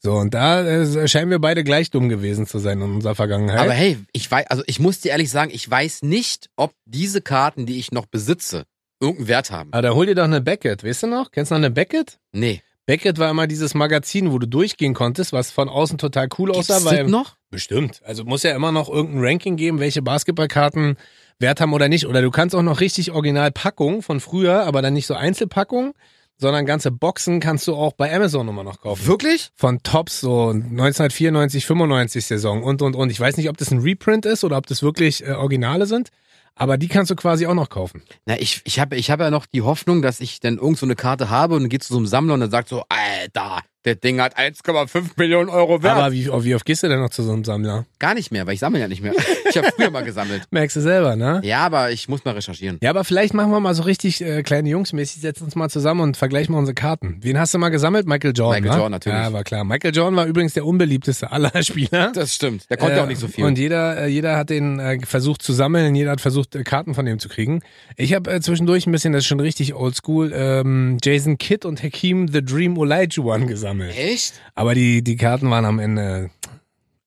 [SPEAKER 1] So, und da äh, scheinen wir beide gleich dumm gewesen zu sein in unserer Vergangenheit.
[SPEAKER 2] Aber hey, ich weiß, also ich muss dir ehrlich sagen, ich weiß nicht, ob diese Karten, die ich noch besitze, irgendeinen Wert haben.
[SPEAKER 1] Aber da hol dir doch eine Beckett, weißt du noch? Kennst du noch eine Beckett?
[SPEAKER 2] Nee.
[SPEAKER 1] Beckett war immer dieses Magazin, wo du durchgehen konntest, was von außen total cool aussah,
[SPEAKER 2] Gibt's das
[SPEAKER 1] weil
[SPEAKER 2] noch?
[SPEAKER 1] bestimmt. Also muss ja immer noch irgendein Ranking geben, welche Basketballkarten Wert haben oder nicht. Oder du kannst auch noch richtig Originalpackungen von früher, aber dann nicht so Einzelpackungen, sondern ganze Boxen kannst du auch bei Amazon immer noch kaufen.
[SPEAKER 2] Wirklich?
[SPEAKER 1] Von Tops so 1994, 95 Saison und und und. Ich weiß nicht, ob das ein Reprint ist oder ob das wirklich äh, Originale sind, aber die kannst du quasi auch noch kaufen.
[SPEAKER 2] Na, ich, ich habe ich hab ja noch die Hoffnung, dass ich dann irgend so eine Karte habe und dann geht zu so einem Sammler und dann sagt so, Alter, der Ding hat 1,5 Millionen Euro wert.
[SPEAKER 1] Aber wie, wie oft gehst du denn noch zu so einem Sammler?
[SPEAKER 2] Gar nicht mehr, weil ich sammle ja nicht mehr. Ich habe früher mal gesammelt.
[SPEAKER 1] Merkst du selber, ne?
[SPEAKER 2] Ja, aber ich muss mal recherchieren.
[SPEAKER 1] Ja, aber vielleicht machen wir mal so richtig äh, kleine Jungsmäßig, setzen uns mal zusammen und vergleichen mal unsere Karten. Wen hast du mal gesammelt? Michael Jordan.
[SPEAKER 2] Michael
[SPEAKER 1] wa?
[SPEAKER 2] Jordan, natürlich.
[SPEAKER 1] Ja, war klar. Michael Jordan war übrigens der unbeliebteste aller Spieler.
[SPEAKER 2] Das stimmt. Der konnte
[SPEAKER 1] Äh,
[SPEAKER 2] auch nicht so viel.
[SPEAKER 1] Und jeder, äh, jeder hat den äh, versucht zu sammeln, jeder hat versucht, äh, Karten von dem zu kriegen. Ich habe äh, zwischendurch ein bisschen, das ist schon richtig oldschool, ähm, Jason Kidd und Hakim The Dream Olajuwon gesammelt.
[SPEAKER 2] Echt?
[SPEAKER 1] Aber die, die Karten waren am Ende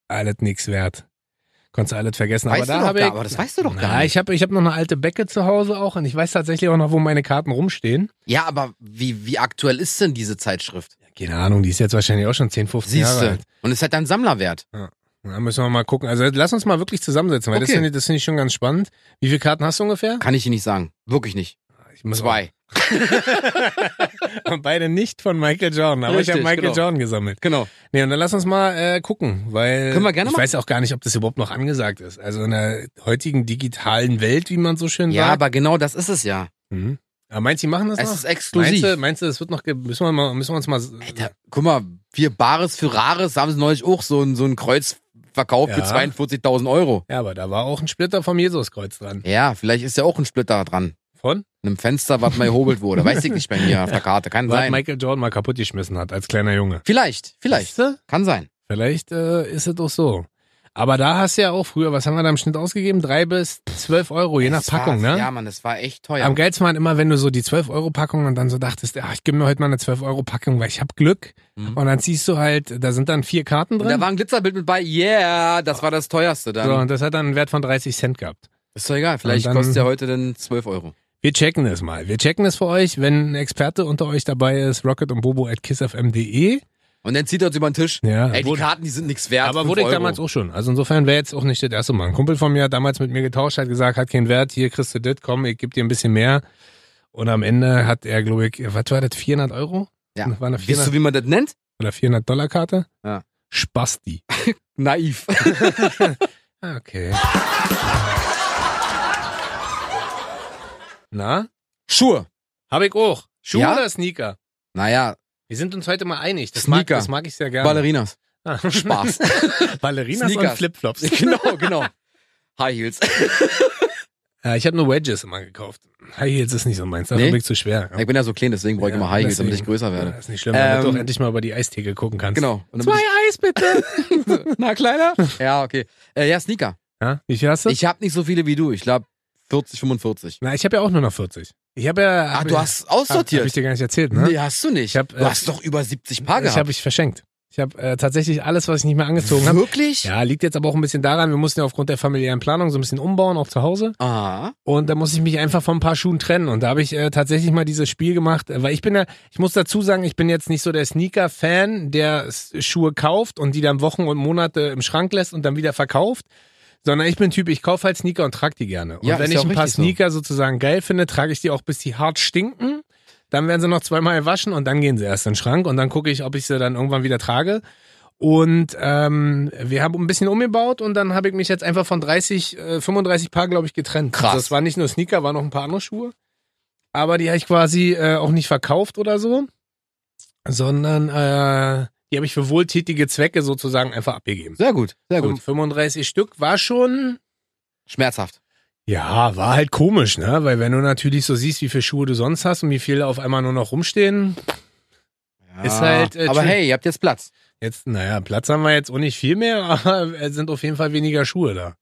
[SPEAKER 1] alles nix wert. Konntest du alles vergessen.
[SPEAKER 2] Weißt
[SPEAKER 1] aber
[SPEAKER 2] du
[SPEAKER 1] da
[SPEAKER 2] doch
[SPEAKER 1] habe
[SPEAKER 2] gar-
[SPEAKER 1] ich,
[SPEAKER 2] aber das weißt du doch
[SPEAKER 1] na,
[SPEAKER 2] gar nicht.
[SPEAKER 1] Ich habe ich hab noch eine alte Becke zu Hause auch und ich weiß tatsächlich auch noch, wo meine Karten rumstehen.
[SPEAKER 2] Ja, aber wie, wie aktuell ist denn diese Zeitschrift?
[SPEAKER 1] Keine Ahnung, die ist jetzt wahrscheinlich auch schon 10, 15
[SPEAKER 2] Siehst
[SPEAKER 1] Jahre
[SPEAKER 2] du?
[SPEAKER 1] alt.
[SPEAKER 2] Und es hat dann Sammlerwert.
[SPEAKER 1] Da müssen wir mal gucken. Also lass uns mal wirklich zusammensetzen, weil das
[SPEAKER 2] Okay.
[SPEAKER 1] finde ich, das finde ich schon ganz spannend. Wie viele Karten hast du ungefähr?
[SPEAKER 2] Kann ich dir nicht sagen. Wirklich nicht.
[SPEAKER 1] Ich muss
[SPEAKER 2] Zwei.
[SPEAKER 1] auch- Beide nicht von Michael Jordan, aber ich
[SPEAKER 2] Richtig,
[SPEAKER 1] habe Michael
[SPEAKER 2] genau.
[SPEAKER 1] Jordan gesammelt.
[SPEAKER 2] Genau.
[SPEAKER 1] Nee, und dann lass uns mal äh, gucken, weil
[SPEAKER 2] Können wir gerne
[SPEAKER 1] ich
[SPEAKER 2] machen.
[SPEAKER 1] weiß auch gar nicht, ob das überhaupt noch angesagt ist. Also in der heutigen digitalen Welt, wie man so schön
[SPEAKER 2] Ja,
[SPEAKER 1] sagt.
[SPEAKER 2] aber genau das ist es ja.
[SPEAKER 1] Mhm. Aber meinst du, die machen das
[SPEAKER 2] Es
[SPEAKER 1] noch?
[SPEAKER 2] ist
[SPEAKER 1] Meinst du,
[SPEAKER 2] exklusiv.
[SPEAKER 1] meinst du, es wird noch, ge- müssen wir, mal, müssen wir uns mal,
[SPEAKER 2] Alter, guck mal, wir Bares für Rares haben sie neulich auch so ein, so ein Kreuz verkauft für
[SPEAKER 1] Ja.
[SPEAKER 2] 42.000 Euro.
[SPEAKER 1] ja, aber da war auch ein Splitter vom Jesuskreuz dran.
[SPEAKER 2] Ja, vielleicht ist ja auch ein Splitter dran.
[SPEAKER 1] Von?
[SPEAKER 2] einem Fenster, was mal gehobelt wurde. Weiß ich nicht bei mir auf der Karte. Kann
[SPEAKER 1] Was
[SPEAKER 2] sein.
[SPEAKER 1] Michael Jordan mal kaputt geschmissen hat, als kleiner Junge.
[SPEAKER 2] Vielleicht, vielleicht.
[SPEAKER 1] Siehste?
[SPEAKER 2] Kann sein.
[SPEAKER 1] Vielleicht äh, ist es doch so. Aber da hast du ja auch früher, was haben wir da im Schnitt ausgegeben? Drei bis zwölf Euro, je nach
[SPEAKER 2] Das war-
[SPEAKER 1] Packung, ne?
[SPEAKER 2] Ja, Mann, das war echt teuer.
[SPEAKER 1] Am geilsten waren immer, wenn du so die 12-Euro-Packung und dann so dachtest, ach, ich gebe mir heute mal eine 12-Euro-Packung, weil ich hab Glück.
[SPEAKER 2] Mhm.
[SPEAKER 1] Und dann ziehst du halt, da sind dann vier Karten
[SPEAKER 2] Und da
[SPEAKER 1] drin.
[SPEAKER 2] war ein Glitzerbild mit bei. Yeah, das war das teuerste dann.
[SPEAKER 1] so, und das hat dann einen Wert von 30 Cent gehabt.
[SPEAKER 2] Ist doch egal. Vielleicht
[SPEAKER 1] Und dann-
[SPEAKER 2] kostet ja heute dann 12 Euro.
[SPEAKER 1] Wir checken es mal. Wir checken es für euch. Wenn ein Experte unter euch dabei ist, rocket und bobo at kissfm.de.
[SPEAKER 2] Und dann zieht er uns über den Tisch.
[SPEAKER 1] Ja,
[SPEAKER 2] Ey, die
[SPEAKER 1] wurde-
[SPEAKER 2] Karten, die sind nichts wert.
[SPEAKER 1] aber
[SPEAKER 2] fünf
[SPEAKER 1] wurde ich
[SPEAKER 2] Euro.
[SPEAKER 1] damals auch schon. Also insofern wäre jetzt auch nicht das erste Mal. Ein Kumpel von mir hat damals mit mir getauscht, hat gesagt, hat keinen Wert, hier kriegst du das, komm, ich geb dir ein bisschen mehr. Und am Ende hat er, glaube ich, was war das, 400 Euro?
[SPEAKER 2] Ja.
[SPEAKER 1] War eine
[SPEAKER 2] Wisst du,
[SPEAKER 1] 400,
[SPEAKER 2] wie man das nennt?
[SPEAKER 1] oder 400 Dollar Karte?
[SPEAKER 2] Ja.
[SPEAKER 1] Spasti.
[SPEAKER 2] Naiv.
[SPEAKER 1] Ah, okay. Na?
[SPEAKER 2] Schuhe.
[SPEAKER 1] Hab ich auch. Schuhe
[SPEAKER 2] Ja?
[SPEAKER 1] oder Sneaker?
[SPEAKER 2] Naja,
[SPEAKER 1] Wir sind uns heute mal einig. Das mag,
[SPEAKER 2] Sneaker.
[SPEAKER 1] das mag ich sehr gerne. Ah.
[SPEAKER 2] Ballerinas. Spaß.
[SPEAKER 1] Ballerinas
[SPEAKER 2] Sneakers.
[SPEAKER 1] und Flipflops.
[SPEAKER 2] genau, genau. High Heels.
[SPEAKER 1] Ja, Äh, ich habe nur Wedges immer gekauft. High Heels ist nicht so meins, dafür
[SPEAKER 2] Nee?
[SPEAKER 1] bin ich zu schwer.
[SPEAKER 2] Ich bin ja so klein, deswegen brauche ich immer High Heels, damit ich größer werde.
[SPEAKER 1] Ja, ist nicht schlimm, damit du
[SPEAKER 2] Ähm,
[SPEAKER 1] auch endlich mal über die Eistheke gucken kannst.
[SPEAKER 2] Genau. Und damit
[SPEAKER 1] Zwei Eis bitte.
[SPEAKER 2] Na, kleiner? Ja, okay. Äh, ja, Sneaker.
[SPEAKER 1] ja, wie viel hast du?
[SPEAKER 2] Ich habe nicht so viele wie du. Ich glaube 40, 45.
[SPEAKER 1] Na, ich habe ja auch nur noch 40. Ich habe ja.
[SPEAKER 2] Ah,
[SPEAKER 1] hab
[SPEAKER 2] du
[SPEAKER 1] ich-
[SPEAKER 2] hast
[SPEAKER 1] hab, hab ich
[SPEAKER 2] aussortiert.
[SPEAKER 1] dir gar nicht erzählt, ne?
[SPEAKER 2] Nee, hast du nicht.
[SPEAKER 1] Ich hab,
[SPEAKER 2] du
[SPEAKER 1] äh,
[SPEAKER 2] hast doch über 70 Paar
[SPEAKER 1] das
[SPEAKER 2] gehabt.
[SPEAKER 1] habe ich verschenkt. Ich habe äh, tatsächlich alles, was ich nicht mehr angezogen habe.
[SPEAKER 2] Wirklich?
[SPEAKER 1] Ja, liegt jetzt aber auch ein bisschen daran, wir mussten ja aufgrund der familiären Planung so ein bisschen umbauen, auch zu Hause.
[SPEAKER 2] Ah.
[SPEAKER 1] Und da muss ich mich einfach von ein paar Schuhen trennen. Und da habe ich äh, tatsächlich mal dieses Spiel gemacht, äh, weil ich bin ja, ich muss dazu sagen, ich bin jetzt nicht so der Sneaker-Fan, der S- Schuhe kauft und die dann Wochen und Monate im Schrank lässt und dann wieder verkauft. Sondern ich bin Typ, ich kaufe halt Sneaker und trage die gerne. Und
[SPEAKER 2] Ja,
[SPEAKER 1] wenn
[SPEAKER 2] ist
[SPEAKER 1] ich
[SPEAKER 2] ja auch
[SPEAKER 1] ein paar
[SPEAKER 2] richtig so.
[SPEAKER 1] Sneaker sozusagen geil finde, trage ich die auch, bis die hart stinken. Dann werden sie noch zweimal waschen und dann gehen sie erst in den Schrank und dann gucke ich, ob ich sie dann irgendwann wieder trage. Und ähm, wir haben ein bisschen umgebaut und dann habe ich mich jetzt einfach von 30, äh, 35 Paar, glaube ich, getrennt.
[SPEAKER 2] Krass.
[SPEAKER 1] Also es waren nicht nur Sneaker, waren noch ein paar andere Schuhe. Aber die habe ich quasi äh, auch nicht verkauft oder so, sondern äh, die habe ich für wohltätige Zwecke sozusagen einfach abgegeben.
[SPEAKER 2] Sehr gut, sehr gut.
[SPEAKER 1] Und 35 Stück war schon,
[SPEAKER 2] Schmerzhaft.
[SPEAKER 1] ja, war halt komisch, ne? Weil wenn du natürlich so siehst, wie viele Schuhe du sonst hast und wie viele auf einmal nur noch rumstehen, Ist halt, äh,
[SPEAKER 2] Aber
[SPEAKER 1] schön.
[SPEAKER 2] hey, ihr habt jetzt Platz.
[SPEAKER 1] jetzt, naja, Platz haben wir jetzt auch nicht viel mehr, aber es sind auf jeden Fall weniger Schuhe da.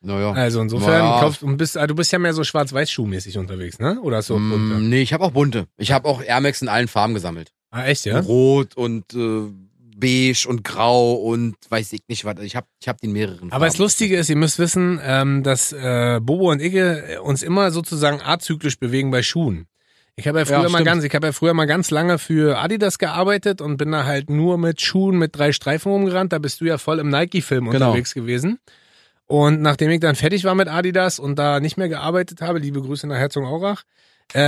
[SPEAKER 2] Naja.
[SPEAKER 1] Also insofern
[SPEAKER 2] Ja.
[SPEAKER 1] kaufst und bist, ah, du bist ja mehr so schwarz-weiß-schuhmäßig unterwegs, ne? Oder so? bunte.
[SPEAKER 2] Mm, nee, ich habe auch bunte. Ich habe auch Air Max in allen Farben gesammelt.
[SPEAKER 1] Ah, echt, ja?
[SPEAKER 2] Rot und äh, beige und grau und weiß ich nicht was. Ich habe ich hab die in mehreren
[SPEAKER 1] Aber
[SPEAKER 2] Farben.
[SPEAKER 1] das Lustige ist, ihr müsst wissen, ähm, dass äh, Bobo und Icke äh, uns immer sozusagen azyklisch bewegen bei Schuhen. Ich habe ja früher mal
[SPEAKER 2] stimmt.
[SPEAKER 1] ganz, ich habe ja früher mal ganz lange für Adidas gearbeitet und bin da halt nur mit Schuhen mit drei Streifen rumgerannt. Da bist du ja voll im Nike-Film
[SPEAKER 2] Genau.
[SPEAKER 1] unterwegs gewesen. Und nachdem ich dann fertig war mit Adidas und da nicht mehr gearbeitet habe, liebe Grüße nach Herzogenaurach, äh,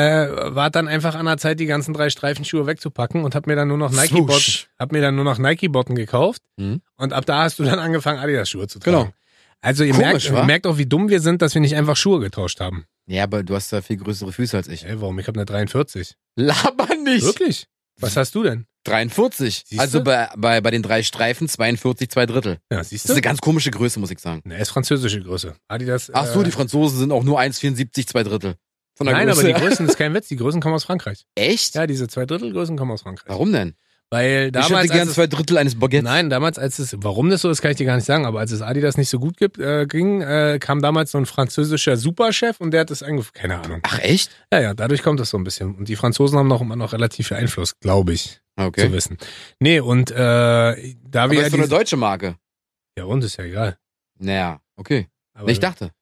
[SPEAKER 1] war dann einfach an der Zeit, die ganzen drei Streifenschuhe wegzupacken und habe mir dann nur noch Nike-Botten,
[SPEAKER 2] Swoosh.
[SPEAKER 1] hab mir dann nur noch Nike-Botten gekauft.
[SPEAKER 2] Mhm.
[SPEAKER 1] Und ab da hast du dann angefangen, Adidas-Schuhe zu tragen.
[SPEAKER 2] Genau.
[SPEAKER 1] Genau. Also ihr,
[SPEAKER 2] Komisch,
[SPEAKER 1] merkt,
[SPEAKER 2] wa?
[SPEAKER 1] ihr merkt auch, wie dumm wir sind, dass wir nicht einfach Schuhe getauscht haben.
[SPEAKER 2] Ja, aber du hast ja viel größere Füße als ich.
[SPEAKER 1] Ey, warum? Ich habe eine 43.
[SPEAKER 2] Laber nicht!
[SPEAKER 1] Wirklich? Was hast du denn?
[SPEAKER 2] 43.
[SPEAKER 1] Siehst
[SPEAKER 2] also
[SPEAKER 1] du?
[SPEAKER 2] bei, bei, bei den drei Streifen 42, zwei Drittel.
[SPEAKER 1] Ja, siehst
[SPEAKER 2] Das ist
[SPEAKER 1] du?
[SPEAKER 2] eine ganz komische Größe, muss ich sagen.
[SPEAKER 1] Ne, ist französische Größe. Adidas.
[SPEAKER 2] Ach so,
[SPEAKER 1] äh,
[SPEAKER 2] die Franzosen sind auch nur 1,74, zwei Drittel. Von der
[SPEAKER 1] Nein,
[SPEAKER 2] Größe.
[SPEAKER 1] aber die Größen ist kein Witz. Die Größen kommen aus Frankreich.
[SPEAKER 2] Echt?
[SPEAKER 1] Ja, diese zwei Drittel Größen kommen aus Frankreich.
[SPEAKER 2] Warum denn?
[SPEAKER 1] Weil
[SPEAKER 2] Oh. ich hatte
[SPEAKER 1] damals.
[SPEAKER 2] gern
[SPEAKER 1] Als
[SPEAKER 2] zwei Drittel eines
[SPEAKER 1] es,
[SPEAKER 2] Baguettes.
[SPEAKER 1] nein, damals, als es. Warum das so ist, kann ich dir gar nicht sagen. Aber als es Adidas nicht so gut gibt, äh, ging, äh, kam damals so ein französischer Superchef und der hat es eingeführt. Keine Ahnung.
[SPEAKER 2] Ach echt?
[SPEAKER 1] Ja, ja, dadurch kommt das so ein bisschen. Und die Franzosen haben noch immer noch relativ viel Einfluss, glaube ich. zu
[SPEAKER 2] Ah, Okay.
[SPEAKER 1] wissen. Nee, und äh, da
[SPEAKER 2] Aber
[SPEAKER 1] wir
[SPEAKER 2] ist
[SPEAKER 1] ja
[SPEAKER 2] doch eine
[SPEAKER 1] diese,
[SPEAKER 2] deutsche Marke.
[SPEAKER 1] Ja, uns ist ja egal.
[SPEAKER 2] Naja, okay.
[SPEAKER 1] Aber
[SPEAKER 2] Nee, ich dachte,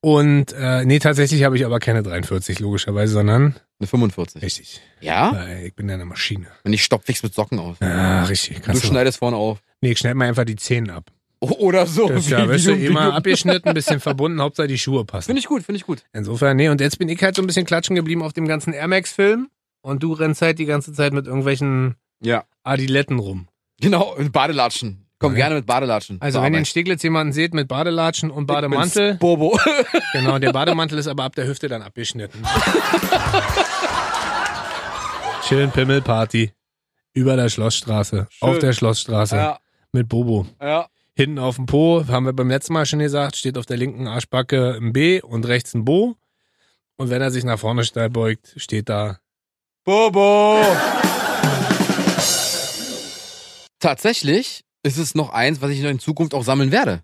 [SPEAKER 1] Und äh, nee, tatsächlich habe ich aber keine 43, logischerweise, sondern
[SPEAKER 2] eine 45.
[SPEAKER 1] richtig.
[SPEAKER 2] Ja?
[SPEAKER 1] Weil ich bin ja eine Maschine.
[SPEAKER 2] Und ich stopfe fix mit Socken aus.
[SPEAKER 1] Ah, richtig.
[SPEAKER 2] du
[SPEAKER 1] Kannst du
[SPEAKER 2] schneidest vorne auf.
[SPEAKER 1] nee, ich schneid mal einfach die Zehen ab.
[SPEAKER 2] O- Oder so.
[SPEAKER 1] Das ist ja,
[SPEAKER 2] Oh, Wie-
[SPEAKER 1] weißt
[SPEAKER 2] wie-
[SPEAKER 1] du,
[SPEAKER 2] wie-
[SPEAKER 1] immer abgeschnitten, ein bisschen verbunden, Hauptsache die Schuhe passen.
[SPEAKER 2] Finde ich gut, finde ich gut.
[SPEAKER 1] Insofern, nee, und jetzt bin ich halt so ein bisschen klatschen geblieben auf dem ganzen Air Max-Film und du rennst halt die ganze Zeit mit irgendwelchen
[SPEAKER 2] Ja.
[SPEAKER 1] Adiletten rum.
[SPEAKER 2] Genau, mit Badelatschen. Komm
[SPEAKER 1] Nein.
[SPEAKER 2] gerne mit Badelatschen.
[SPEAKER 1] Also,
[SPEAKER 2] zur
[SPEAKER 1] wenn ihr in
[SPEAKER 2] Arbeit.
[SPEAKER 1] Steglitz jemanden seht mit Badelatschen und Bademantel,
[SPEAKER 2] Mit Bobo.
[SPEAKER 1] Genau, der Bademantel ist aber ab der Hüfte dann abgeschnitten. Schön Pimmelparty. Über der Schlossstraße.
[SPEAKER 2] Schön.
[SPEAKER 1] Auf der Schlossstraße.
[SPEAKER 2] ja,
[SPEAKER 1] Mit Bobo.
[SPEAKER 2] ja.
[SPEAKER 1] Hinten auf dem Po, haben wir beim letzten Mal schon gesagt, steht auf der linken Arschbacke ein B und rechts ein Bo. Und wenn er sich nach vorne steil beugt, steht da.
[SPEAKER 2] Bobo! Tatsächlich ist es noch eins, was ich noch in Zukunft auch sammeln werde.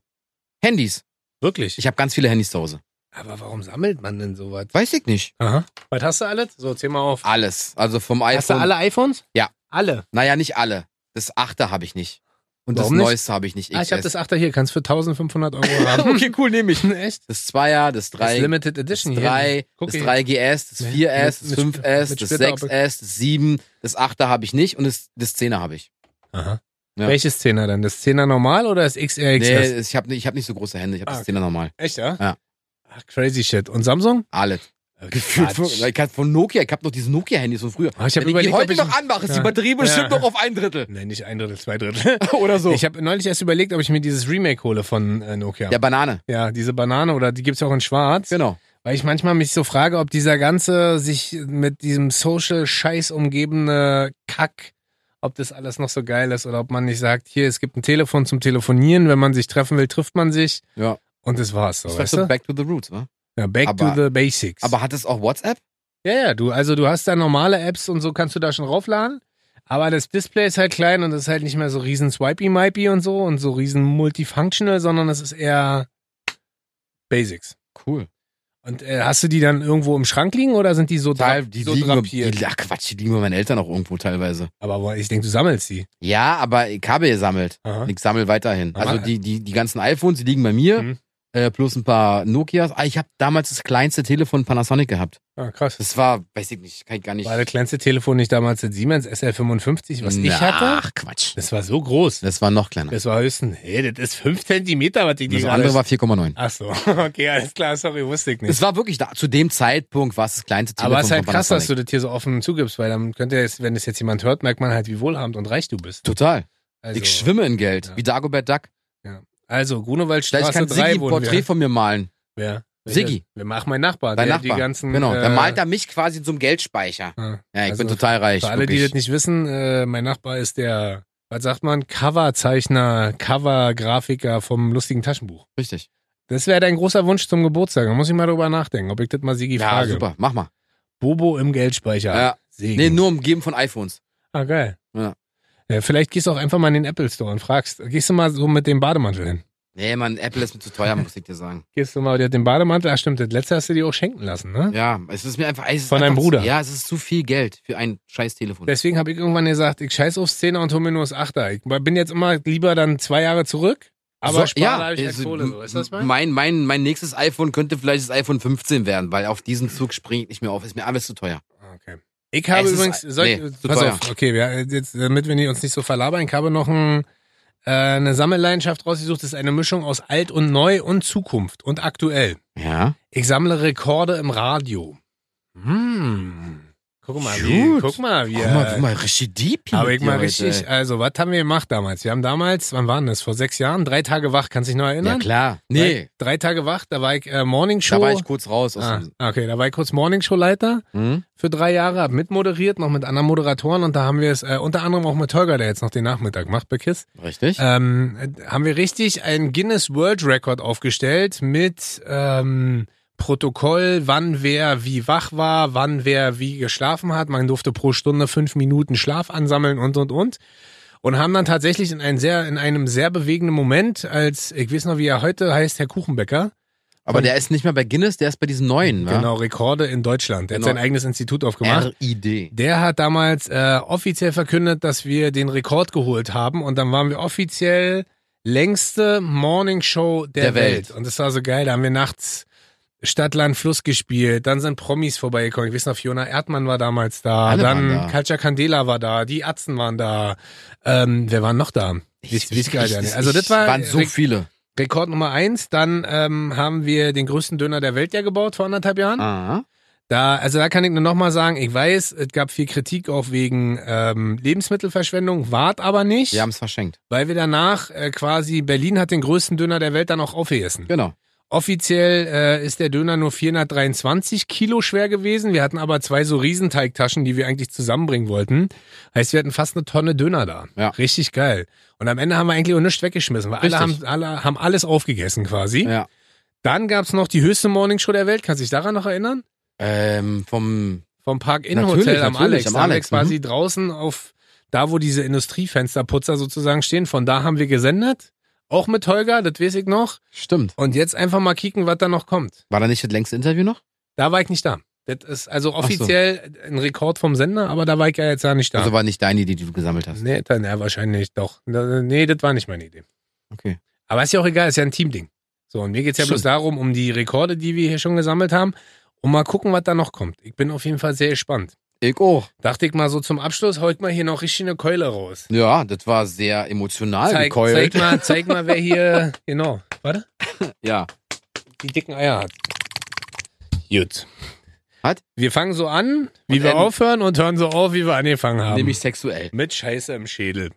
[SPEAKER 2] Handys.
[SPEAKER 1] Wirklich?
[SPEAKER 2] Ich habe ganz viele Handys zu Hause.
[SPEAKER 1] Aber warum sammelt man denn sowas?
[SPEAKER 2] Weiß ich nicht.
[SPEAKER 1] Aha. Was hast du alles? So, zähl mal auf.
[SPEAKER 2] Alles. Also vom iPhone.
[SPEAKER 1] Hast du alle iPhones?
[SPEAKER 2] Ja.
[SPEAKER 1] Alle.
[SPEAKER 2] Naja, nicht alle. Das achte habe ich nicht. Und
[SPEAKER 1] Warum
[SPEAKER 2] das
[SPEAKER 1] nicht?
[SPEAKER 2] neueste habe ich nicht.
[SPEAKER 1] Ah, ich habe
[SPEAKER 2] XS.
[SPEAKER 1] das Achter hier. Kannst für 1500 Euro haben.
[SPEAKER 2] Okay, cool, nehme ich.
[SPEAKER 1] Echt?
[SPEAKER 2] Das Zweier, das
[SPEAKER 1] Das
[SPEAKER 2] Drei,
[SPEAKER 1] Limited
[SPEAKER 2] das
[SPEAKER 1] Edition hier.
[SPEAKER 2] drei,
[SPEAKER 1] Guck
[SPEAKER 2] das
[SPEAKER 1] hier.
[SPEAKER 2] 3GS, das
[SPEAKER 1] Nee,
[SPEAKER 2] 4S,
[SPEAKER 1] mit-
[SPEAKER 2] das
[SPEAKER 1] mit-
[SPEAKER 2] 5S,
[SPEAKER 1] mit
[SPEAKER 2] das
[SPEAKER 1] Splitter, aber-
[SPEAKER 2] 6S, das 7, das 8er habe ich nicht und das, das 10er habe ich.
[SPEAKER 1] Aha.
[SPEAKER 2] Ja.
[SPEAKER 1] Welches Zehner denn? Das Zehner normal oder das XR,
[SPEAKER 2] Nee,
[SPEAKER 1] XS?
[SPEAKER 2] es- ich habe nicht, ich hab nicht so große Hände, ich habe
[SPEAKER 1] Ah,
[SPEAKER 2] das 10er normal.
[SPEAKER 1] Echt, ja?
[SPEAKER 2] Ja.
[SPEAKER 1] Ach, crazy shit. Und Samsung?
[SPEAKER 2] Alles. Gefühlt von,
[SPEAKER 1] Quatsch.
[SPEAKER 2] ich hab von Nokia, ich habe noch diese Nokia-Handys von früher.
[SPEAKER 1] Ah, ich habe
[SPEAKER 2] Wenn ich die
[SPEAKER 1] überlegt, ob
[SPEAKER 2] heute
[SPEAKER 1] ich...
[SPEAKER 2] noch anmache, ist
[SPEAKER 1] Ja.
[SPEAKER 2] die Batterie bestimmt
[SPEAKER 1] Ja.
[SPEAKER 2] noch auf ein Drittel.
[SPEAKER 1] Nein, nicht ein Drittel, zwei Drittel.
[SPEAKER 2] Oder so.
[SPEAKER 1] Ich habe neulich erst überlegt, ob ich mir dieses Remake hole von äh, Nokia.
[SPEAKER 2] Der Banane.
[SPEAKER 1] Ja, diese Banane oder die gibt's auch in schwarz.
[SPEAKER 2] Genau.
[SPEAKER 1] Weil ich manchmal mich so frage, ob dieser ganze sich mit diesem Social-Scheiß umgebene Kack, ob das alles noch so geil ist oder ob man nicht sagt, hier, es gibt ein Telefon zum Telefonieren, wenn man sich treffen will, trifft man sich.
[SPEAKER 2] Ja.
[SPEAKER 1] Und das war's so,
[SPEAKER 2] Das ist
[SPEAKER 1] weißt
[SPEAKER 2] so
[SPEAKER 1] du?
[SPEAKER 2] back to the roots, wa?
[SPEAKER 1] Ja, back
[SPEAKER 2] aber-
[SPEAKER 1] to the basics.
[SPEAKER 2] Aber hat es auch WhatsApp?
[SPEAKER 1] ja, ja, du, also du hast da normale Apps und so kannst du da schon raufladen. Aber das Display ist halt klein und das ist halt nicht mehr so riesen swipey-mipey und so und so riesen multifunctional, sondern es ist eher Basics.
[SPEAKER 2] Cool.
[SPEAKER 1] Und Und äh, hast du die dann irgendwo im Schrank liegen oder sind die so,
[SPEAKER 2] Teil,
[SPEAKER 1] drap-
[SPEAKER 2] die
[SPEAKER 1] so
[SPEAKER 2] liegen,
[SPEAKER 1] drapiert?
[SPEAKER 2] die, ach Quatsch, die liegen bei meinen Eltern auch irgendwo teilweise.
[SPEAKER 1] Aber wo- ich denke, du sammelst die.
[SPEAKER 2] Ja, aber ich habe gesammelt.
[SPEAKER 1] Aha.
[SPEAKER 2] Ich sammel weiterhin.
[SPEAKER 1] Aber-
[SPEAKER 2] Also die, die, die ganzen iPhones, die liegen bei mir.
[SPEAKER 1] Mhm.
[SPEAKER 2] Äh, plus ein paar Nokias. Ah, ich habe damals das kleinste Telefon Panasonic gehabt.
[SPEAKER 1] Ah, krass.
[SPEAKER 2] Das war, weiß ich nicht, kann ich gar nicht.
[SPEAKER 1] War das kleinste Telefon nicht damals das Siemens SL55, was ich
[SPEAKER 2] Na,
[SPEAKER 1] hatte?
[SPEAKER 2] Ach, Quatsch.
[SPEAKER 1] Das war so groß.
[SPEAKER 2] Das war noch kleiner.
[SPEAKER 1] Das war höchstens, hey, das ist 5 Zentimeter, was ich
[SPEAKER 2] Das
[SPEAKER 1] die
[SPEAKER 2] andere
[SPEAKER 1] gerade...
[SPEAKER 2] war 4,9.
[SPEAKER 1] Ach so, okay, alles klar, sorry, wusste ich nicht.
[SPEAKER 2] Es war wirklich da, zu dem Zeitpunkt war es das kleinste Telefon.
[SPEAKER 1] Aber es ist halt
[SPEAKER 2] von
[SPEAKER 1] krass, dass du
[SPEAKER 2] Panasonic.
[SPEAKER 1] das hier so offen zugibst, weil dann könnte jetzt, wenn es jetzt jemand hört, merkt man halt, wie wohlhabend und reich du bist.
[SPEAKER 2] Total.
[SPEAKER 1] Also,
[SPEAKER 2] ich schwimme in Geld.
[SPEAKER 1] Ja.
[SPEAKER 2] Wie Dagobert Duck.
[SPEAKER 1] also
[SPEAKER 2] Vielleicht
[SPEAKER 1] Grunewaldstraße
[SPEAKER 2] kann
[SPEAKER 1] 3
[SPEAKER 2] Siggi ein
[SPEAKER 1] wohnen wir.
[SPEAKER 2] Porträt von mir malen.
[SPEAKER 1] Wer?
[SPEAKER 2] Siggi.
[SPEAKER 1] Wir machen mein Nachbar.
[SPEAKER 2] Dein
[SPEAKER 1] der
[SPEAKER 2] Nachbar.
[SPEAKER 1] Die ganzen,
[SPEAKER 2] genau.
[SPEAKER 1] äh,
[SPEAKER 2] Dann malt er mich quasi in so einem Geldspeicher.
[SPEAKER 1] ah.
[SPEAKER 2] Ja, ich
[SPEAKER 1] Also,
[SPEAKER 2] bin total reich.
[SPEAKER 1] Für alle, die
[SPEAKER 2] wirklich.
[SPEAKER 1] das nicht wissen, äh, mein Nachbar ist der, was sagt man, Coverzeichner, Covergrafiker vom lustigen Taschenbuch.
[SPEAKER 2] Richtig.
[SPEAKER 1] Das wäre dein großer Wunsch zum Geburtstag. Da muss ich mal drüber nachdenken, ob ich das mal Siggi
[SPEAKER 2] Ja,
[SPEAKER 1] frage.
[SPEAKER 2] super. Mach mal.
[SPEAKER 1] Bobo im Geldspeicher.
[SPEAKER 2] Ja.
[SPEAKER 1] Segen.
[SPEAKER 2] Nee, nur umgeben von iPhones.
[SPEAKER 1] Ah, geil.
[SPEAKER 2] Ja.
[SPEAKER 1] Ja, vielleicht gehst du auch einfach mal in den Apple Store und fragst, gehst du mal so mit dem Bademantel hin?
[SPEAKER 2] Nee, Mann, Apple ist mir zu teuer, muss ich dir sagen.
[SPEAKER 1] Gehst du mal mit dem Bademantel? Ah, stimmt, das letzte hast du dir auch schenken lassen, ne?
[SPEAKER 2] Ja, es ist mir einfach. Es ist
[SPEAKER 1] Von deinem
[SPEAKER 2] einfach,
[SPEAKER 1] Bruder.
[SPEAKER 2] Ja, es ist zu viel Geld für ein scheiß Telefon.
[SPEAKER 1] Deswegen habe ich irgendwann gesagt, ich scheiß auf Szene und hole mir nur das Achter. Ich bin jetzt immer lieber dann zwei Jahre zurück, aber
[SPEAKER 2] So-
[SPEAKER 1] spare habe ich halt
[SPEAKER 2] es-
[SPEAKER 1] Kohle. So. Ist das mein?
[SPEAKER 2] mein, mein, mein nächstes iPhone könnte vielleicht das iPhone 15 werden, weil auf diesen Zug springe ich nicht mehr auf. Ist mir alles zu teuer.
[SPEAKER 1] Okay. Ich habe
[SPEAKER 2] Es ist-
[SPEAKER 1] übrigens, soll ich,
[SPEAKER 2] nee, zu
[SPEAKER 1] pass
[SPEAKER 2] teuer.
[SPEAKER 1] auf, okay, wir, jetzt, damit wir nicht- uns nicht so verlabern, ich habe noch ein, äh, eine Sammelleidenschaft rausgesucht, das ist eine Mischung aus alt und neu und Zukunft und aktuell.
[SPEAKER 2] Ja.
[SPEAKER 1] Ich sammle Rekorde im Radio. Hm. Guck mal, wie,
[SPEAKER 2] Gut.
[SPEAKER 1] guck mal, wie.
[SPEAKER 2] Guck mal, guck mal, richtig deep.
[SPEAKER 1] aber ich
[SPEAKER 2] mit
[SPEAKER 1] mal
[SPEAKER 2] dir heute,
[SPEAKER 1] richtig, also, was haben wir gemacht damals? Wir haben damals, wann waren das? Vor sechs Jahren? Drei Tage wach, kannst du dich noch
[SPEAKER 2] ey. Ja,
[SPEAKER 1] erinnern?
[SPEAKER 2] klar.
[SPEAKER 1] Drei,
[SPEAKER 2] Nee,
[SPEAKER 1] drei Tage wach, da war ich äh, Morning Show.
[SPEAKER 2] da war ich kurz raus. Aus
[SPEAKER 1] ah,
[SPEAKER 2] dem,
[SPEAKER 1] okay, da war ich kurz Morning Show Leiter
[SPEAKER 2] hm?
[SPEAKER 1] für drei Jahre, hab mitmoderiert, noch mit anderen Moderatoren und da haben wir es äh, unter anderem auch mit Holger, der jetzt noch den Nachmittag macht bei KISS,
[SPEAKER 2] Richtig.
[SPEAKER 1] ähm, äh, haben wir richtig einen Guinness World Record aufgestellt mit ähm, Protokoll, wann wer wie wach war, wann wer wie geschlafen hat. Man durfte pro Stunde fünf Minuten Schlaf ansammeln und und und. Und haben dann tatsächlich in, einem sehr, in einem sehr bewegenden Moment, als ich weiß noch, wie er heute heißt, Herr Kuchenbecker,
[SPEAKER 2] aber der ist nicht mehr bei Guinness, der ist bei diesen neuen, wa?
[SPEAKER 1] genau, Rekorde in Deutschland. Der
[SPEAKER 2] Genau.
[SPEAKER 1] hat sein eigenes Institut aufgemacht.
[SPEAKER 2] RID.
[SPEAKER 1] Der hat damals äh, offiziell verkündet, dass wir den Rekord geholt haben und dann waren wir offiziell längste Morning Show der,
[SPEAKER 2] Der
[SPEAKER 1] Welt.
[SPEAKER 2] Welt.
[SPEAKER 1] Und das war so geil. Da haben wir nachts Stadt, Land, Fluss gespielt. Dann sind Promis vorbeigekommen. Ich weiß noch, Fiona Erdmann war damals da.
[SPEAKER 2] Alle
[SPEAKER 1] dann
[SPEAKER 2] waren da.
[SPEAKER 1] Katja Candela war da. Die Atzen waren da. Ähm, wer war noch da? Wisst- wisst ihr ja nicht. Also das war
[SPEAKER 2] waren so
[SPEAKER 1] Re-
[SPEAKER 2] viele.
[SPEAKER 1] Rekord Nummer eins. Dann ähm, haben wir den größten Döner der Welt ja gebaut vor anderthalb Jahren.
[SPEAKER 2] Aha.
[SPEAKER 1] Da, also da kann ich nur nochmal sagen, ich weiß, es gab viel Kritik auch wegen ähm, Lebensmittelverschwendung, wart aber nicht,
[SPEAKER 2] Wir haben es verschenkt.
[SPEAKER 1] weil wir danach äh, quasi, Berlin hat den größten Döner der Welt dann auch aufgegessen.
[SPEAKER 2] Genau.
[SPEAKER 1] Offiziell äh, ist der Döner nur 423 Kilo schwer gewesen, wir hatten aber zwei so Riesenteigtaschen, die wir eigentlich zusammenbringen wollten. Heißt, wir hatten fast eine Tonne Döner da.
[SPEAKER 2] Ja.
[SPEAKER 1] Richtig geil. Und am Ende haben wir eigentlich auch nichts weggeschmissen, weil alle haben,
[SPEAKER 2] Richtig.
[SPEAKER 1] alle haben alles aufgegessen quasi.
[SPEAKER 2] Ja.
[SPEAKER 1] Dann gab's noch die höchste Morningshow der Welt, kannst du dich daran noch erinnern?
[SPEAKER 2] Ähm, vom
[SPEAKER 1] Vom
[SPEAKER 2] Natürlich,
[SPEAKER 1] Park-In-Hotel am
[SPEAKER 2] natürlich,
[SPEAKER 1] Alex.
[SPEAKER 2] am
[SPEAKER 1] Am Alex
[SPEAKER 2] Alex, mhm.
[SPEAKER 1] quasi draußen auf, da wo diese Industriefensterputzer sozusagen stehen. Von da haben wir gesendet. Auch mit Holger, das weiß ich noch.
[SPEAKER 2] Stimmt.
[SPEAKER 1] Und jetzt einfach mal kicken, was da noch kommt.
[SPEAKER 2] War da nicht das längste Interview noch?
[SPEAKER 1] Da war ich nicht da. Das ist also
[SPEAKER 2] so.
[SPEAKER 1] offiziell ein Rekord vom Sender, aber da war ich ja jetzt ja nicht da.
[SPEAKER 2] Also war nicht deine Idee, die du gesammelt hast.
[SPEAKER 1] nee, dann, ja, wahrscheinlich doch. Na, Nee, das war nicht meine Idee.
[SPEAKER 2] Okay.
[SPEAKER 1] Aber ist ja auch egal, ist ja ein Teamding. So, und mir geht's ja
[SPEAKER 2] Stimmt.
[SPEAKER 1] bloß darum, um die Rekorde, die wir hier schon gesammelt haben. Und mal gucken, was da noch kommt. Ich bin auf jeden Fall sehr gespannt.
[SPEAKER 2] Ich auch.
[SPEAKER 1] Dachte ich mal so zum Abschluss, heute mal hier noch richtig eine Keule raus.
[SPEAKER 2] Ja, das war sehr emotional
[SPEAKER 1] Zeig,
[SPEAKER 2] gekeult.
[SPEAKER 1] zeig mal, zeig mal, wer hier, genau, warte,
[SPEAKER 2] Ja.
[SPEAKER 1] die dicken Eier hat. Gut.
[SPEAKER 2] Hat?
[SPEAKER 1] Wir fangen so an, wie
[SPEAKER 2] Und
[SPEAKER 1] wir
[SPEAKER 2] enden.
[SPEAKER 1] aufhören und hören so auf, wie wir angefangen haben.
[SPEAKER 2] Nämlich sexuell.
[SPEAKER 1] mit Scheiße im Schädel.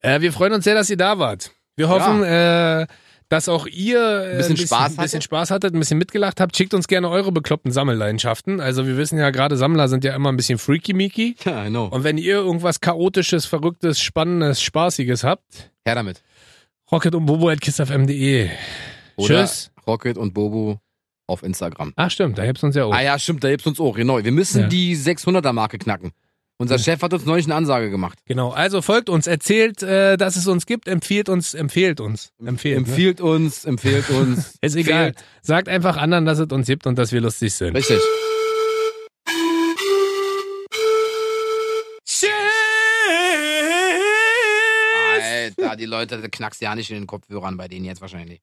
[SPEAKER 1] Äh, wir freuen uns sehr, dass ihr da wart. Wir hoffen, äh, dass auch ihr äh,
[SPEAKER 2] bisschen Spaß
[SPEAKER 1] ein bisschen
[SPEAKER 2] hattet?
[SPEAKER 1] Spaß hattet, ein bisschen mitgelacht habt. Schickt uns gerne eure bekloppten Sammelleidenschaften. Also wir wissen ja, gerade Sammler sind ja immer ein bisschen freaky-meaky.
[SPEAKER 2] Ja, I know.
[SPEAKER 1] Und wenn ihr irgendwas Chaotisches, Verrücktes, Spannendes, Spaßiges habt,
[SPEAKER 2] Her damit.
[SPEAKER 1] rocket und bobo at kissfm.de.
[SPEAKER 2] Oder
[SPEAKER 1] Tschüss.
[SPEAKER 2] Rocket und Bobo auf Instagram.
[SPEAKER 1] Ach stimmt, da hebst du uns ja auch.
[SPEAKER 2] Ah ja, stimmt, da gibt's uns auch, genau. Wir müssen
[SPEAKER 1] Oh. Ja.
[SPEAKER 2] die 600er-Marke knacken. Unser Chef hat uns neulich eine Ansage gemacht.
[SPEAKER 1] Genau, also folgt uns, erzählt, äh, dass es uns gibt, empfiehlt uns, empfehlt uns. Empfehlt. Ne?
[SPEAKER 2] Empfiehlt uns, empfiehlt uns.
[SPEAKER 1] Ist egal.
[SPEAKER 2] Fehlt.
[SPEAKER 1] Sagt einfach anderen, dass es uns gibt und dass wir lustig sind.
[SPEAKER 2] Richtig. Alter, die Leute, du knackst ja nicht in den Kopfhörern bei denen jetzt wahrscheinlich.